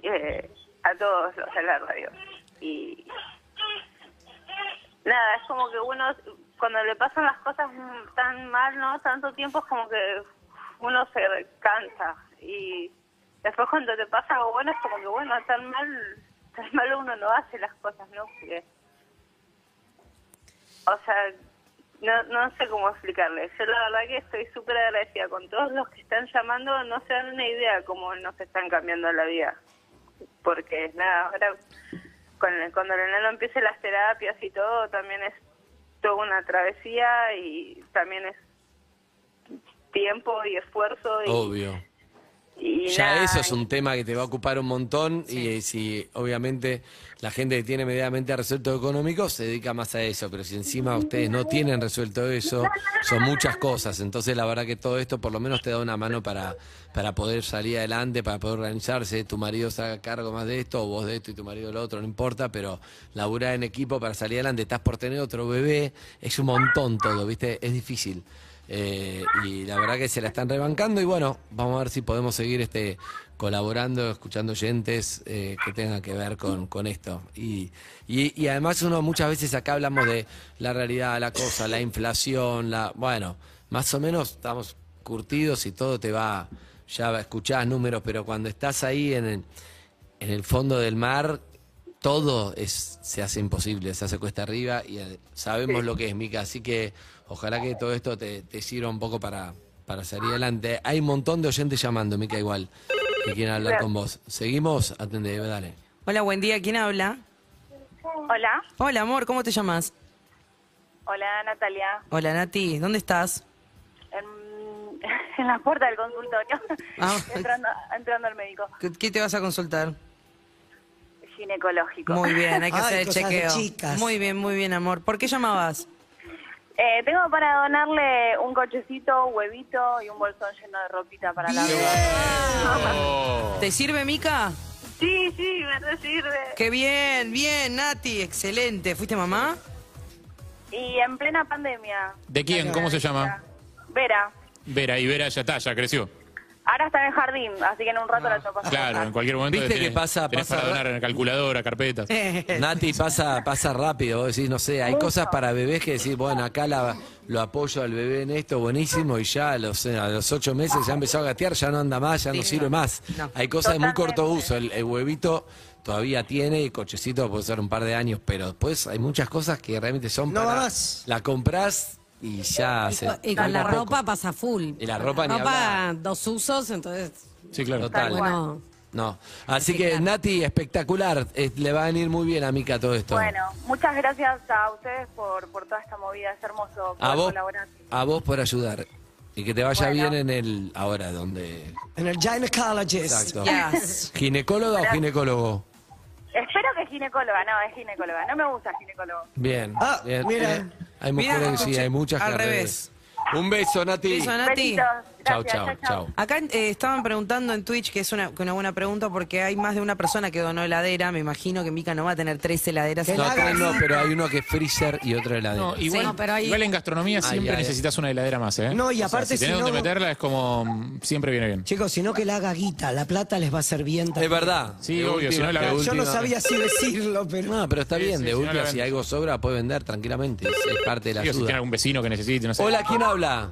Speaker 8: eh, a todos los de la radio. Y nada, es como que uno, cuando le pasan las cosas tan mal, ¿no? Tanto tiempo es como que uno se cansa. Y después cuando te pasa algo bueno es como que, bueno, tan mal, tan mal uno no hace las cosas, ¿no? Porque, o sea, no, no sé cómo explicarle. Yo la verdad que estoy súper agradecida con todos los que están llamando, no se dan una idea cómo nos están cambiando la vida. Porque nada, ahora con el- cuando el enano empiece las terapias y todo, también es toda una travesía y también es tiempo y esfuerzo y,
Speaker 4: Obvio.
Speaker 8: y
Speaker 4: Oh, ya
Speaker 8: nada,
Speaker 4: eso es un tema que te va a ocupar un montón y eh, si obviamente la gente que tiene medianamente resuelto económico se dedica más a eso, pero si encima ustedes no tienen resuelto eso, son muchas cosas, entonces la verdad que todo esto por lo menos te da una mano para, para poder salir adelante, para poder organizarse, tu marido se haga cargo más de esto, o vos de esto y tu marido lo otro, no importa, pero laburar en equipo para salir adelante, estás por tener otro bebé, es un montón todo, ¿viste? Es difícil. Eh, y la verdad que se la están rebancando y bueno, vamos a ver si podemos seguir este colaborando, escuchando oyentes eh, que tengan que ver con, con esto. Y, y, y además uno muchas veces acá hablamos de la realidad, la cosa, la inflación, la bueno, más o menos estamos curtidos y todo te va, ya escuchás números, pero cuando estás ahí en el, en el fondo del mar, todo es, se hace imposible, se hace cuesta arriba y eh, sabemos lo que es, Mica. Así que ojalá que todo esto te, te sirva un poco para, para salir adelante. Hay un montón de oyentes llamando, Mica, igual, que quieren hablar con vos. Seguimos, atendé, dale.
Speaker 7: Hola, buen día. ¿Quién habla?
Speaker 8: Hola,
Speaker 7: Hola, amor. ¿Cómo te llamas?
Speaker 8: hola Natalia,
Speaker 7: Hola, Nati. ¿Dónde estás?
Speaker 8: en, <laughs> en la puerta del consultorio,
Speaker 7: Ah.
Speaker 8: entrando, entrando al médico
Speaker 7: ¿Qué, qué te vas a consultar?
Speaker 8: ginecológico.
Speaker 7: Muy bien,
Speaker 8: <laughs>
Speaker 7: hay que
Speaker 6: Ay,
Speaker 7: hacer el
Speaker 6: cosas de
Speaker 7: chequeo.
Speaker 6: chicas.
Speaker 7: Muy bien, muy bien, amor. ¿Por qué llamabas?
Speaker 8: Eh, tengo para donarle un cochecito, un huevito y un bolsón lleno de ropita para la
Speaker 7: ¿Te sirve, Mica?
Speaker 8: Sí, sí, me re sirve.
Speaker 7: Qué bien, bien, Nati. Excelente. ¿Fuiste mamá?
Speaker 8: Y en plena pandemia.
Speaker 3: ¿De quién? ¿Cómo se llama?
Speaker 8: Vera,
Speaker 3: Vera, y Vera ya está, ya creció.
Speaker 8: ahora está en el jardín, así que en un
Speaker 7: Ah,
Speaker 8: rato la toco.
Speaker 3: Claro, en cualquier momento.
Speaker 4: ¿Viste
Speaker 3: tenés,
Speaker 4: que pasa-
Speaker 3: tenés
Speaker 4: pasa-
Speaker 3: para donar en calculadora, carpetas.
Speaker 4: <laughs> Nati, pasa, pasa rápido, vos decís, no sé, hay cosas para bebés que decís, bueno, acá la- lo apoyo al bebé en esto, buenísimo, y ya a los, eh, a los ocho meses ya empezó a gatear, ya no anda más, ya no sirve más.
Speaker 7: No.
Speaker 4: Hay cosas de muy corto uso, el, el huevito todavía tiene, el cochecito puede ser un par de años, pero después hay muchas cosas que realmente son
Speaker 6: No
Speaker 4: para...
Speaker 6: va más.
Speaker 4: La compras y ya
Speaker 9: Y
Speaker 4: se...
Speaker 9: con, y con la
Speaker 4: poco a poco.
Speaker 9: ropa pasa full.
Speaker 4: Y la ropa ni hablar.
Speaker 9: dos usos, entonces.
Speaker 3: Sí, claro.
Speaker 4: Total.
Speaker 9: Bueno,
Speaker 4: No. Así que Nati, espectacular, eh, le va a venir muy bien a Mica todo esto.
Speaker 8: Bueno, muchas gracias a ustedes por, por toda esta movida, es hermoso
Speaker 4: a
Speaker 8: poder
Speaker 4: vos,
Speaker 8: colaborar.
Speaker 4: a vos por ayudar. Y que te vaya bien en el. Ahora, donde.
Speaker 6: En el gynecologist.
Speaker 4: Exacto.
Speaker 6: Yes.
Speaker 4: ¿Ginecóloga o ginecólogo?
Speaker 8: Espero que es ginecóloga, no, es ginecóloga. No me gusta ginecólogo.
Speaker 4: Bien.
Speaker 8: Ah,
Speaker 4: bien.
Speaker 8: mira.
Speaker 4: Eh, hay
Speaker 8: Mira,
Speaker 4: mujeres, sí,
Speaker 8: escuché.
Speaker 4: hay muchas
Speaker 8: Al
Speaker 4: que
Speaker 8: revés.
Speaker 4: Un beso, Nati.
Speaker 7: Beso, Nati.
Speaker 8: Besitos. Gracias,
Speaker 4: Chau, chau, chau.
Speaker 7: Acá eh, estaban preguntando en Twitch, que es una, que una buena pregunta, porque hay más de una persona que donó heladera. Me imagino que Mica no va a tener tres heladeras.
Speaker 4: No, tres no, pero hay uno que es freezer y otro heladero.
Speaker 3: No, igual,
Speaker 7: Sí, pero hay-
Speaker 3: igual en gastronomía
Speaker 4: Ay,
Speaker 3: siempre
Speaker 4: ay, ay.
Speaker 3: necesitas una heladera más, ¿eh?
Speaker 6: No, y
Speaker 3: O sea,
Speaker 6: aparte
Speaker 3: si tenés
Speaker 6: si
Speaker 3: donde
Speaker 6: no-
Speaker 3: meterla es como. mm, Siempre viene bien.
Speaker 6: Chicos, sino que la haga guita, la plata les va a ser bien también.
Speaker 3: Sí,
Speaker 4: De
Speaker 3: obvio,
Speaker 4: última,
Speaker 3: si no la
Speaker 4: de
Speaker 6: Yo
Speaker 4: última.
Speaker 6: no sabía si decirlo, pero...
Speaker 4: No, pero está
Speaker 3: Sí,
Speaker 4: bien,
Speaker 3: sí,
Speaker 4: de
Speaker 3: si no la
Speaker 4: última, si
Speaker 3: vendes.
Speaker 4: algo sobra, puede vender tranquilamente. Es, es parte de la
Speaker 3: Digo, si tiene
Speaker 4: ayuda.
Speaker 3: algún vecino que necesite, no sé.
Speaker 4: Hola, ¿quién habla?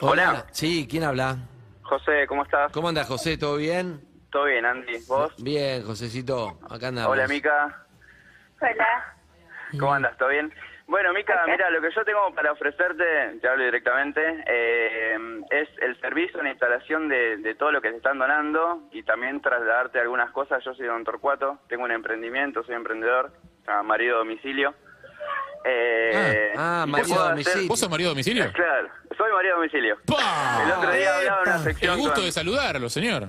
Speaker 12: Hola.
Speaker 4: Sí, ¿quién habla?
Speaker 12: José, ¿cómo estás?
Speaker 4: ¿Cómo andas, José? ¿Todo bien?
Speaker 12: Todo bien, Andy. ¿Vos?
Speaker 4: Bien, Josecito. Acá andamos.
Speaker 12: Hola, Mica.
Speaker 8: Hola.
Speaker 12: ¿Cómo andas? ¿Todo bien? Bueno, Mica, mira, lo que yo tengo para ofrecerte, te hablo directamente, eh, es el servicio, la instalación de, de todo lo que te están donando y también trasladarte algunas cosas. Yo soy don Torcuato, tengo un emprendimiento, soy emprendedor, se llama marido a domicilio. Eh,
Speaker 4: Ah, ah,
Speaker 12: y te
Speaker 4: marido
Speaker 12: puedo
Speaker 4: a
Speaker 12: hacer-
Speaker 4: domicilio. ¿Vos sos marido a domicilio?
Speaker 12: Claro, soy marido a domicilio. El otro día hablaba en una sección.
Speaker 3: El gusto
Speaker 12: con-
Speaker 3: de saludarlo, señor.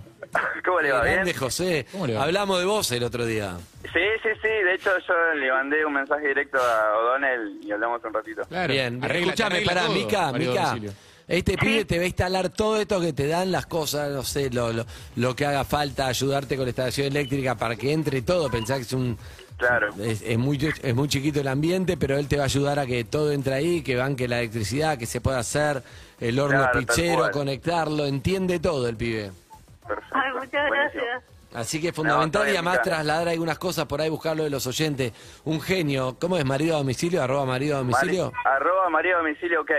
Speaker 12: ¿Cómo le va? ¿Bien?
Speaker 4: Grande, José. Hablamos de vos el otro día.
Speaker 12: Sí, sí, sí. De hecho, yo le mandé un mensaje directo a O'Donnell y hablamos un ratito.
Speaker 4: Bien, bien.
Speaker 3: arregla-
Speaker 4: escúchame,
Speaker 3: arregla
Speaker 4: pará,
Speaker 3: todo,
Speaker 4: Mica,
Speaker 3: marido
Speaker 4: Mica.
Speaker 3: domicilio.
Speaker 4: Este pibe te va a instalar todo esto que te dan, las cosas, no sé, lo, lo, lo que haga falta, ayudarte con la instalación eléctrica para que entre todo. Pensá que es un.
Speaker 12: Claro.
Speaker 4: Es, es muy, es muy chiquito el ambiente, pero él te va a ayudar a que todo entre ahí, que banque la electricidad, que se pueda hacer el horno
Speaker 12: Claro, tal
Speaker 4: pichero,
Speaker 12: cual.
Speaker 4: conectarlo, entiende todo el pibe.
Speaker 8: Ay, muchas
Speaker 12: Buenísimo.
Speaker 8: gracias.
Speaker 4: Así que es
Speaker 12: está
Speaker 4: fundamental
Speaker 12: bien,
Speaker 4: y además
Speaker 12: Mica.
Speaker 4: trasladar algunas cosas por ahí, buscarlo de los oyentes. Un genio, ¿cómo es marido a domicilio? Arroba marido a domicilio.
Speaker 12: Mari- arroba marido a domicilio, ok.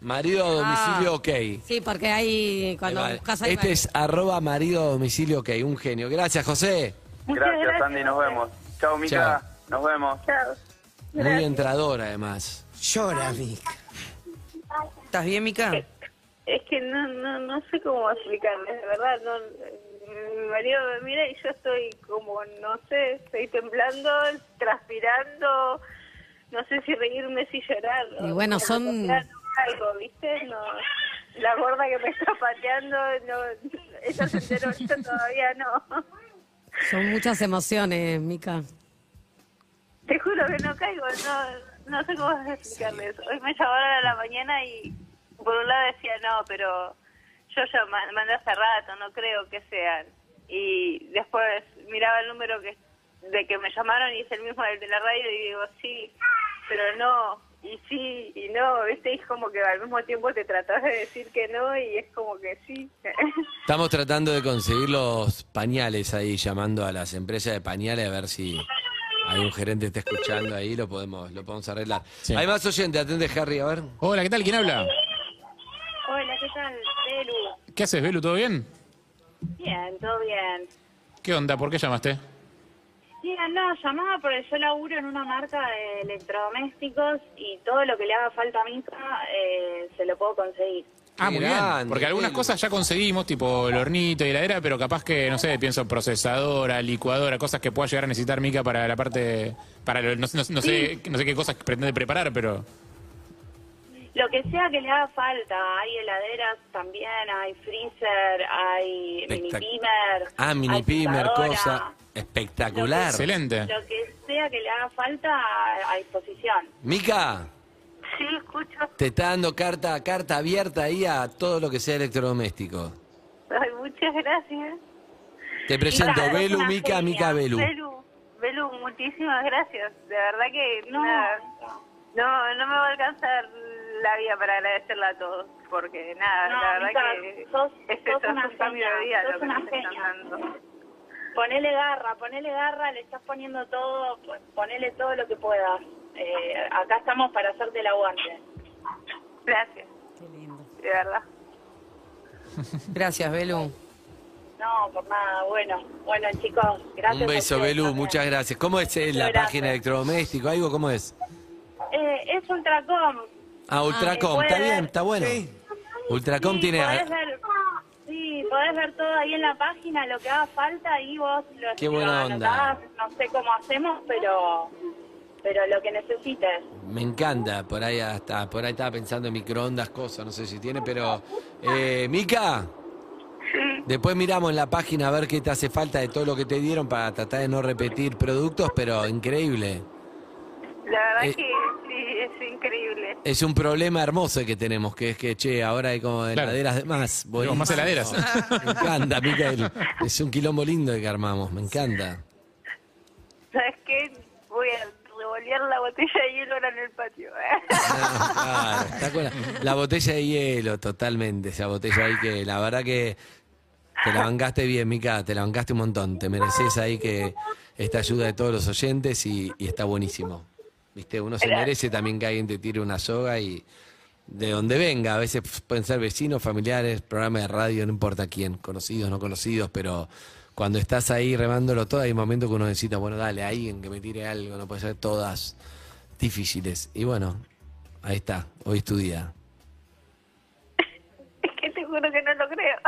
Speaker 4: Marido a domicilio,
Speaker 9: Ah.
Speaker 4: ok.
Speaker 9: Sí, porque ahí cuando
Speaker 4: Vale.
Speaker 9: buscas ahí
Speaker 4: Este es arroba marido a domicilio, ok. Un genio. Gracias, José.
Speaker 12: Gracias, Andy, nos vemos. Chao, Mica, nos vemos.
Speaker 4: Muy entrador, además.
Speaker 6: Llora, Vic.
Speaker 7: ¿Estás bien, Mica?
Speaker 8: Es que no, no, no sé cómo explicarme, de verdad. No, mi marido me mira y yo estoy como, no sé, estoy temblando, transpirando, no sé si reírme, si llorar.
Speaker 9: Y bueno, son-
Speaker 8: Algo, ¿viste? No, la gorda que me está pateando, no, ella se enteró, yo todavía no.
Speaker 9: Son muchas emociones, Mica.
Speaker 8: Te juro que no caigo, no, no sé cómo explicarles. Hoy me llamaron a la mañana y por un lado decía no, pero yo ya ma- mandé hace rato, no creo que sean. Y después miraba el número que de que me llamaron y es el mismo del de la radio y digo sí, pero no, y sí, y no, ¿viste? Y es como que al mismo tiempo te tratás de decir que no y es como que sí.
Speaker 4: Estamos tratando de conseguir los pañales ahí, llamando a las empresas de pañales a ver si algún gerente está escuchando ahí, lo podemos, lo podemos arreglar. Hay más oyentes, atende Harry, a ver.
Speaker 3: Hola, ¿qué tal? ¿Quién
Speaker 8: <laughs>
Speaker 3: habla?
Speaker 13: Hola, ¿qué tal? Belu.
Speaker 3: ¿Qué haces, Belu? ¿Todo bien?
Speaker 13: Bien, todo bien.
Speaker 3: ¿Qué onda? ¿Por qué llamaste?
Speaker 13: Mira, no, llamaba porque yo laburo en una marca de electrodomésticos y todo lo que le haga falta a mi hija eh, se lo puedo conseguir.
Speaker 3: Ah, muy bien.
Speaker 4: grande,
Speaker 3: Porque algunas cosas ya conseguimos, tipo el hornito y heladera, pero capaz que, no sé, pienso procesadora, licuadora, cosas que pueda llegar a necesitar Mica para la parte. para lo- no, sé- no sé- no sé, no sé qué cosas pretende preparar, pero.
Speaker 13: Lo que sea que le haga falta, hay heladeras también, hay freezer, hay mini
Speaker 4: Espectac-
Speaker 13: pimer.
Speaker 4: Ah, mini
Speaker 13: hay
Speaker 4: pimer,
Speaker 13: picadora.
Speaker 4: cosa espectacular.
Speaker 13: Lo que sea que le haga falta a, a disposición.
Speaker 4: Mica,
Speaker 13: Sí, escucho.
Speaker 4: te está dando carta, carta abierta ahí a todo lo que sea electrodoméstico.
Speaker 8: Ay, muchas gracias.
Speaker 4: Te presento
Speaker 8: Mica, es
Speaker 4: Belu,
Speaker 8: una
Speaker 4: Mica,
Speaker 8: genia.
Speaker 4: Mica, Belu.
Speaker 8: Belu. Belu, muchísimas gracias. De verdad que nada, no, no me va a alcanzar la vida para agradecerla a todos, porque nada,
Speaker 13: No,
Speaker 8: la verdad
Speaker 13: Mica,
Speaker 8: que
Speaker 13: sos-
Speaker 8: es
Speaker 13: sos
Speaker 8: eso,
Speaker 13: una
Speaker 8: es un cambio de
Speaker 13: genia,
Speaker 8: vida lo
Speaker 13: sos
Speaker 8: que
Speaker 13: una
Speaker 8: nos están
Speaker 13: genia.
Speaker 8: dando.
Speaker 13: Ponele garra, ponele garra, le estás poniendo todo, pon- ponele todo lo que puedas. Eh, acá estamos para hacerte el aguante.
Speaker 8: Gracias. De verdad.
Speaker 7: Gracias, Belu.
Speaker 13: No, por nada, bueno. Bueno, chicos, gracias.
Speaker 4: Un
Speaker 13: a
Speaker 4: beso,
Speaker 13: ustedes
Speaker 4: Belu,
Speaker 13: también.
Speaker 4: muchas gracias. ¿Cómo es eh, la
Speaker 13: Gracias.
Speaker 4: página de electrodoméstico? ¿Algo cómo es?
Speaker 13: Eh, es Ultracom.
Speaker 4: Ah, Ultracom,
Speaker 13: puede
Speaker 4: está
Speaker 13: ver.
Speaker 4: bien, está bueno. Ultracom
Speaker 13: Sí,
Speaker 4: tiene...
Speaker 13: podés ver, sí, podés ver todo ahí en la página, lo que haga falta, y vos lo
Speaker 4: Qué buena
Speaker 13: lo
Speaker 4: onda.
Speaker 13: anotás, no sé cómo hacemos, pero pero lo que necesites.
Speaker 4: Me encanta, por ahí hasta, por ahí estaba pensando en microondas, cosas, no sé si tiene, pero eh, Mica, después miramos en la página a ver qué te hace falta de todo lo que te dieron para tratar de no repetir productos, pero increíble.
Speaker 8: La verdad
Speaker 4: Eh.
Speaker 8: que sí, es increíble.
Speaker 4: Es un problema hermoso que tenemos, que es que, che, ahora hay como heladeras de más. Buenísimo.
Speaker 3: más heladeras.
Speaker 4: Me encanta, Micael. Es un quilombo lindo el que armamos, me encanta.
Speaker 8: ¿Sabes qué? Voy a revolver la botella de hielo ahora en el patio. <laughs>
Speaker 4: Ah, Claro, está con la, la botella de hielo, totalmente, esa botella ahí que la verdad que te la bancaste bien, Mica, te la bancaste un montón, te mereces ahí que esta ayuda de todos los oyentes y, y está buenísimo. Viste, uno se merece también que alguien te tire una soga y de donde venga, a veces pueden ser vecinos, familiares, programas de radio, no importa quién, conocidos, no conocidos, pero cuando estás ahí remándolo todo, hay un momento que uno necesita, bueno, dale, alguien que me tire algo, no puede ser todas difíciles. Y bueno, Ahí está, hoy es tu día.
Speaker 8: es que te juro que no lo creo.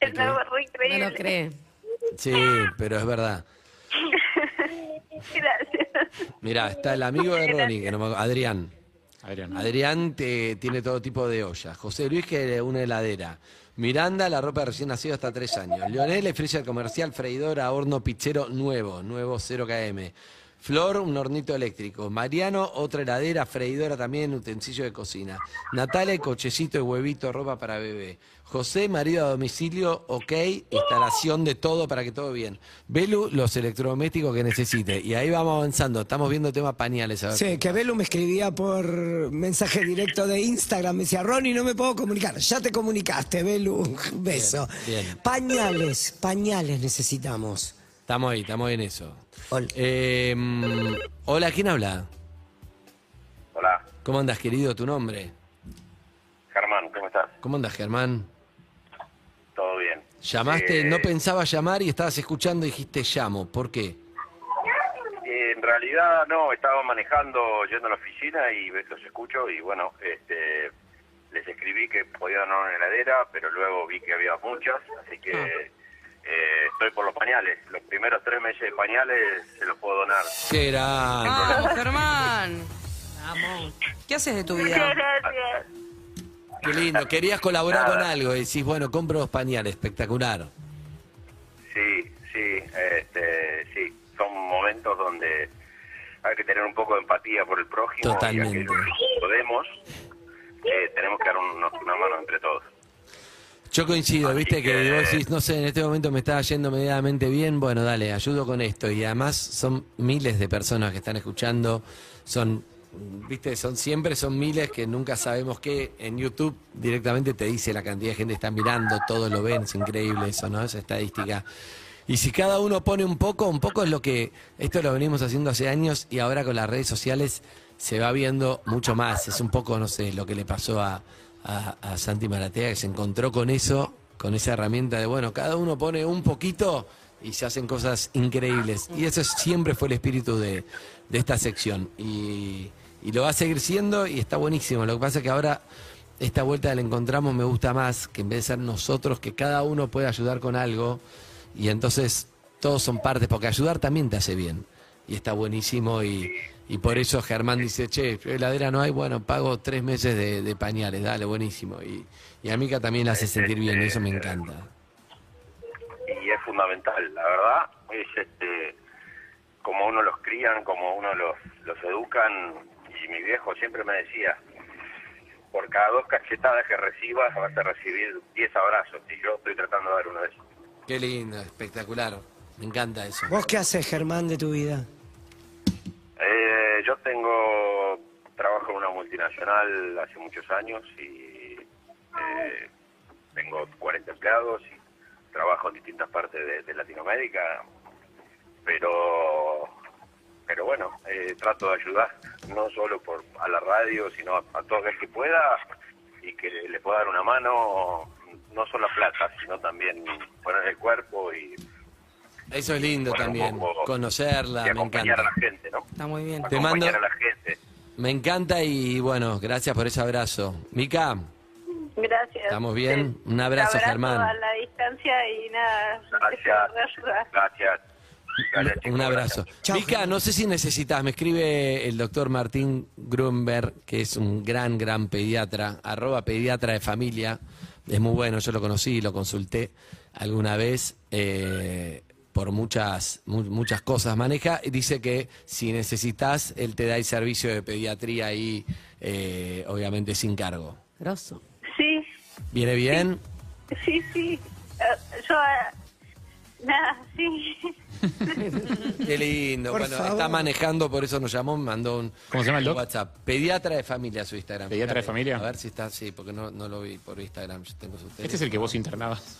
Speaker 8: Es algo re increíble.
Speaker 9: No lo cree.
Speaker 4: Sí, pero es verdad.
Speaker 8: <laughs> Gracias.
Speaker 4: Mirá, está el amigo de Ronnie, que no me acu- Adrián.
Speaker 3: Adrián.
Speaker 4: Adrián te- tiene todo tipo de ollas. José Luis, que es una heladera. Miranda, la ropa de recién nacido hasta tres años. Leonel, el freezer comercial, freidora, horno pichero nuevo, nuevo 0KM. Flor, un hornito eléctrico. Mariano, otra heladera, freidora también, utensilio de cocina. Natalia, cochecito de huevito, ropa para bebé. José, marido a domicilio, ok, instalación de todo para que todo bien. Belu, los electrodomésticos que necesite. Y ahí vamos avanzando. Estamos viendo temas pañales. A ver.
Speaker 6: Sí, que Belu me escribía por mensaje directo de Instagram. Me decía, Ronnie, no me puedo comunicar. Ya te comunicaste, Belu. Beso.
Speaker 4: Bien, bien.
Speaker 6: Pañales, pañales necesitamos.
Speaker 4: Estamos ahí, estamos en eso. Eh, mm, hola, ¿quién habla?
Speaker 14: Hola,
Speaker 4: ¿Cómo andas, querido? ¿Tu nombre?
Speaker 14: Germán, ¿cómo estás?
Speaker 4: ¿Cómo andas, Germán?
Speaker 14: ¿Todo bien?
Speaker 4: Llamaste,
Speaker 14: Eh,
Speaker 4: no pensaba llamar y estabas escuchando y dijiste llamo. ¿Por qué?
Speaker 14: eh, En realidad, no, estaba manejando, yendo a la oficina y los escucho y bueno, este, les escribí que podía donar una heladera, pero luego vi que había muchas, así que
Speaker 4: Ah.
Speaker 14: eh, estoy por los pañales. Los primeros tres meses de pañales se los puedo donar.
Speaker 4: ¿Qué era?
Speaker 7: Vamos, Germán. Vamos. ¿Qué haces de tu vida?
Speaker 4: Qué lindo. Querías colaborar
Speaker 14: Ah. Nada.
Speaker 4: con algo y decís, bueno, compro dos pañales. Espectacular.
Speaker 14: Sí, sí, este, sí, son momentos donde hay que tener un poco de empatía por el prójimo y
Speaker 4: Totalmente.
Speaker 14: aquellos que podemos, eh, tenemos que dar unos- una mano entre todos.
Speaker 4: Yo coincido, viste, que
Speaker 14: que-
Speaker 4: vos decís, no sé, en este momento me está yendo medianamente bien, bueno, dale, ayudo con esto. Y además son miles de personas que están escuchando, son, viste, son siempre son miles que nunca sabemos qué. En YouTube directamente te dice la cantidad de gente que está mirando, todos lo ven, es increíble eso, ¿no? Esa estadística. Y si cada uno pone un poco, un poco es lo que, esto lo venimos haciendo hace años y ahora con las redes sociales se va viendo mucho más. Es un poco, no sé, lo que le pasó a, a- a Santi Maratea, que se encontró con eso, con esa herramienta de, bueno, cada uno pone un poquito y se hacen cosas increíbles. Y eso siempre fue el espíritu de, de esta sección. Y, y lo va a seguir siendo y está buenísimo. Lo que pasa es que ahora esta vuelta la encontramos me gusta más, que en vez de ser nosotros, que cada uno puede ayudar con algo. Y entonces todos son partes, porque ayudar también te hace bien. Y está buenísimo y, y por eso Germán dice, che, heladera no hay, bueno, pago tres meses de, de pañales, dale, buenísimo. Y, y a Mica también la hace sentir bien, y eso me encanta.
Speaker 14: y es fundamental, la verdad, es este como uno los crían, como uno los, los educan, y mi viejo siempre me decía, por cada dos cachetadas que recibas vas a recibir 10 abrazos, y yo estoy tratando de dar uno de esos.
Speaker 4: Qué lindo, espectacular, me encanta eso.
Speaker 6: ¿Vos qué haces, Germán, de tu vida?
Speaker 14: Eh, yo tengo, trabajo en una multinacional hace muchos años y eh, tengo 40 empleados y trabajo en distintas partes de, de Latinoamérica, pero pero bueno, eh, trato de ayudar no solo por a la radio, sino a, a todo aquel que pueda y que le, le pueda dar una mano, no solo a plata, sino también poner el cuerpo y,
Speaker 4: Eso es lindo
Speaker 14: Bueno,
Speaker 4: también,
Speaker 14: un poco-
Speaker 4: conocerla,
Speaker 14: y
Speaker 4: me
Speaker 14: acompañar a
Speaker 4: encanta.
Speaker 14: la gente, ¿no?
Speaker 7: Está muy bien.
Speaker 4: Te mando,
Speaker 14: Acompañar a la gente.
Speaker 4: me encanta y bueno, gracias por ese abrazo. Mica,
Speaker 8: Gracias.
Speaker 4: ¿estamos bien? Un abrazo,
Speaker 8: abrazo
Speaker 4: Germán.
Speaker 8: a la distancia y nada.
Speaker 14: Gracias.
Speaker 8: gracias.
Speaker 14: Gracias.
Speaker 4: Un abrazo. Mica, no sé si necesitas, me escribe el doctor Martín Grunberg, que es un gran, gran pediatra, arroba pediatra de familia. Es muy bueno, yo lo conocí, lo consulté alguna vez eh, por muchas, mu- muchas cosas. Maneja, y dice que si necesitas, él te da el servicio de pediatría ahí, eh, obviamente sin cargo.
Speaker 9: Grosso.
Speaker 8: Sí,
Speaker 4: ¿Viene bien?
Speaker 8: sí, sí. Eh, yo. eh, nada, sí.
Speaker 4: Qué lindo.
Speaker 8: Por
Speaker 4: bueno,
Speaker 8: favor.
Speaker 4: está manejando, por eso nos llamó, me mandó un,
Speaker 3: ¿Cómo se llama el
Speaker 4: un
Speaker 3: doc?
Speaker 4: WhatsApp. Pediatra de familia su Instagram.
Speaker 3: ¿Pediatra de
Speaker 4: Fíjate.
Speaker 3: familia?
Speaker 4: A ver si está, sí, porque no, no lo vi por Instagram. Yo tengo su
Speaker 3: Este es el que
Speaker 4: teléfono.
Speaker 3: vos internabas.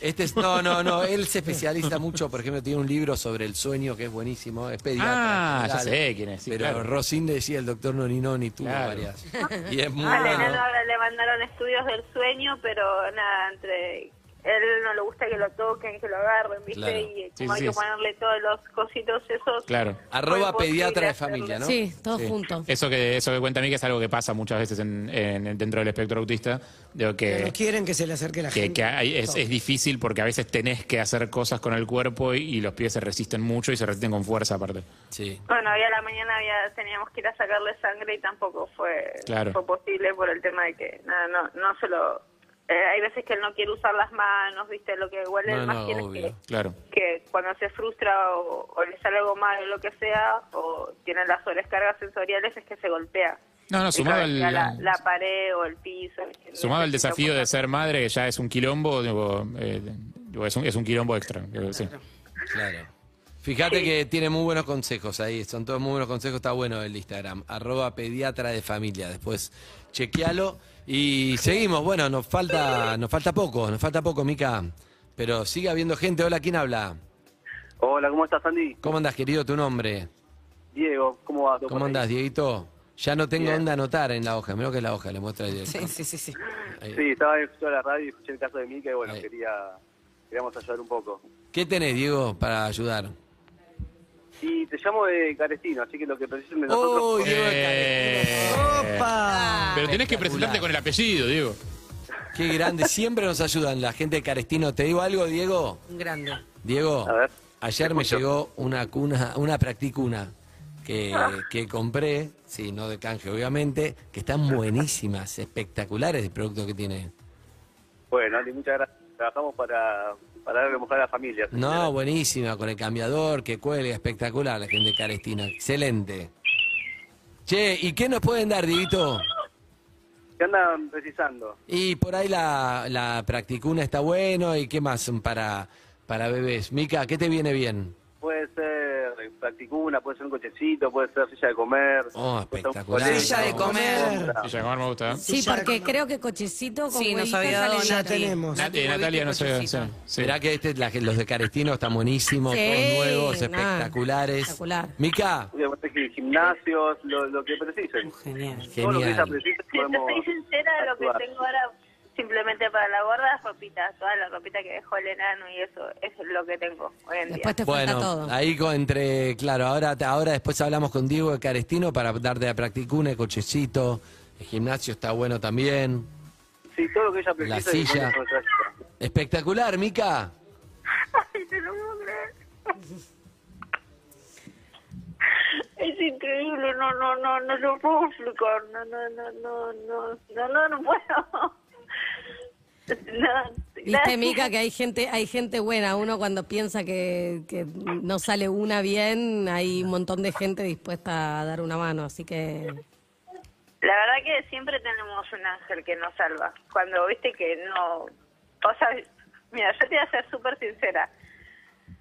Speaker 4: Este es, no, no, no, él se especializa mucho, por ejemplo, tiene un libro sobre el sueño que es buenísimo, es pediatra.
Speaker 3: Ah,
Speaker 4: en
Speaker 3: ya
Speaker 4: general.
Speaker 3: sé quién es, sí,
Speaker 4: pero
Speaker 3: claro.
Speaker 4: Rosin decía el doctor Noninoni, tuvo
Speaker 3: Claro.
Speaker 4: varias. <laughs> Y es muy
Speaker 8: A
Speaker 4: bueno.
Speaker 8: Leonardo ahora le mandaron estudios del sueño, pero nada, entre él no le gusta que lo toquen, que lo agarren, ¿viste?
Speaker 4: Claro.
Speaker 8: Y eh,
Speaker 4: Sí,
Speaker 8: como
Speaker 4: sí,
Speaker 8: hay que
Speaker 4: sí.
Speaker 8: ponerle todos los cositos esos. Fue
Speaker 4: Arroba
Speaker 8: imposible
Speaker 4: pediatra de
Speaker 8: hacerlo.
Speaker 4: familia, ¿no?
Speaker 9: Sí, todos juntos.
Speaker 3: Eso que, eso que cuenta a mí que es algo que pasa muchas veces en, en- dentro del espectro autista. Digo
Speaker 4: Eh,
Speaker 6: Que
Speaker 3: que,
Speaker 6: no quieren que se le acerque la
Speaker 3: que,
Speaker 6: gente.
Speaker 3: que hay- es, es difícil porque a veces tenés que hacer cosas con el cuerpo y, y los pies se resisten mucho y se resisten con fuerza aparte.
Speaker 4: Sí.
Speaker 8: Bueno, hoy a la mañana había, teníamos que ir a sacarle sangre y tampoco fue,
Speaker 3: Claro.
Speaker 8: fue posible por el tema de que nada, no, no se lo... eh, hay veces que él no quiere usar las manos, ¿viste? Lo que igual él
Speaker 3: No,
Speaker 8: más
Speaker 3: no,
Speaker 8: quiere
Speaker 3: obvio.
Speaker 8: es que,
Speaker 3: Claro.
Speaker 8: que cuando se frustra o, o le sale algo mal o lo que sea, o tiene las sobrecargas sensoriales, es que se golpea.
Speaker 3: No, no,
Speaker 8: Y
Speaker 3: sumado
Speaker 8: cabecea
Speaker 3: al-
Speaker 8: la, la pared o el piso. ¿viste?
Speaker 3: Sumado al desafío de ser madre, que ya es un quilombo, digo, eh, digo, es, un, es un quilombo extra. digo, sí.
Speaker 4: Claro. Fíjate que tiene muy buenos consejos ahí, son todos muy buenos consejos, está bueno el Instagram, arroba pediatra de familia, después chequealo y seguimos, bueno, nos falta, nos falta poco, nos falta poco, Mica, pero sigue habiendo gente, hola, ¿quién habla?
Speaker 11: Hola, ¿cómo estás, Andy?
Speaker 4: ¿Cómo andas, querido, tu nombre?
Speaker 11: Diego, ¿cómo vas?
Speaker 4: ¿Cómo andas, Dieguito? Ya no tengo
Speaker 11: Bien.
Speaker 4: dónde anotar en la hoja, mirá que es la hoja, le muestra a Diego.
Speaker 7: Sí, sí, sí, sí.
Speaker 4: Ahí.
Speaker 11: Sí, estaba escuchando la radio y escuché el caso de Mica y bueno, quería, queríamos ayudar un poco.
Speaker 4: ¿Qué tenés, Diego, para ayudar?
Speaker 11: Y te llamo de Carestino, así que lo que precisen de nosotros...
Speaker 4: ¡Oh, Diego de Ah,
Speaker 3: Eh,
Speaker 6: ¡Opa!
Speaker 3: Pero tenés que presentarte con el apellido, Diego.
Speaker 4: Qué grande, siempre nos ayudan la gente de Carestino. ¿Te digo algo, Diego?
Speaker 7: Un grande.
Speaker 4: Diego, ayer me llegó una cuna, una practicuna que, que compré, sí, no de canje obviamente, que están buenísimas, espectaculares el producto que tiene.
Speaker 11: Bueno, Andy, muchas gracias. Trabajamos para, para darle mujer a la familia.
Speaker 4: No, buenísima, con el cambiador que cuelga, espectacular la gente de Carestina, excelente. Che, ¿y qué nos pueden dar, Divito?
Speaker 11: ¿Qué andan precisando?
Speaker 4: Y por ahí la, la practicuna está bueno, ¿y qué más para, para bebés? Mica, ¿qué te viene bien?
Speaker 11: Puede ser practicuna, puede ser un cochecito, puede ser silla de comer.
Speaker 4: Oh,
Speaker 11: puede ser un
Speaker 4: espectacular.
Speaker 11: colete,
Speaker 4: Silla de
Speaker 11: ¿no?
Speaker 4: comer.
Speaker 3: Silla de comer me gusta. ¿eh?
Speaker 9: Sí, porque creo que cochecito con
Speaker 7: Sí, nos
Speaker 9: huevito
Speaker 7: había dado
Speaker 9: sale
Speaker 7: Nati.
Speaker 9: gratis.
Speaker 3: Nat- eh, Natalia, no sé. sí, sí.
Speaker 4: Será que este, la- los de Carestino están buenísimos,
Speaker 9: Sí,
Speaker 4: son nuevos,
Speaker 9: nah,
Speaker 4: espectaculares.
Speaker 9: espectacular.
Speaker 4: Mica,
Speaker 11: Puede ser Gimnasios, lo, lo que precisen. Genial. Todo lo que ella
Speaker 4: Uh, Genial.
Speaker 11: precise
Speaker 8: Si te soy
Speaker 11: podemos...
Speaker 8: sincera, lo que
Speaker 11: actuar.
Speaker 8: tengo ahora simplemente para la gorda es ropita, toda la ropita que dejó el enano y eso, eso es lo que tengo hoy en día.
Speaker 4: bueno, ahí con- entre, claro, ahora, ahora después hablamos con Diego de Carestino para darte la practicuna, el cochecito, el gimnasio está bueno también.
Speaker 11: Sí, todo lo que ella precise.
Speaker 4: La
Speaker 11: lo ponemos
Speaker 4: silla.
Speaker 11: en nuestra ayuda.
Speaker 4: Espectacular, Mica.
Speaker 8: Ay, te lo puedo creer. Es increíble, no, no, no, no lo puedo explicar, no, no, no, no, no, no, no, no puedo. No,
Speaker 9: Viste, Mica, que hay gente, hay gente buena. Uno cuando piensa que, que no sale una bien, hay un montón de gente dispuesta a dar una mano. Así que
Speaker 8: La verdad que siempre tenemos un ángel que nos salva. Cuando viste que no... O sea, mira, yo te voy a ser súper sincera.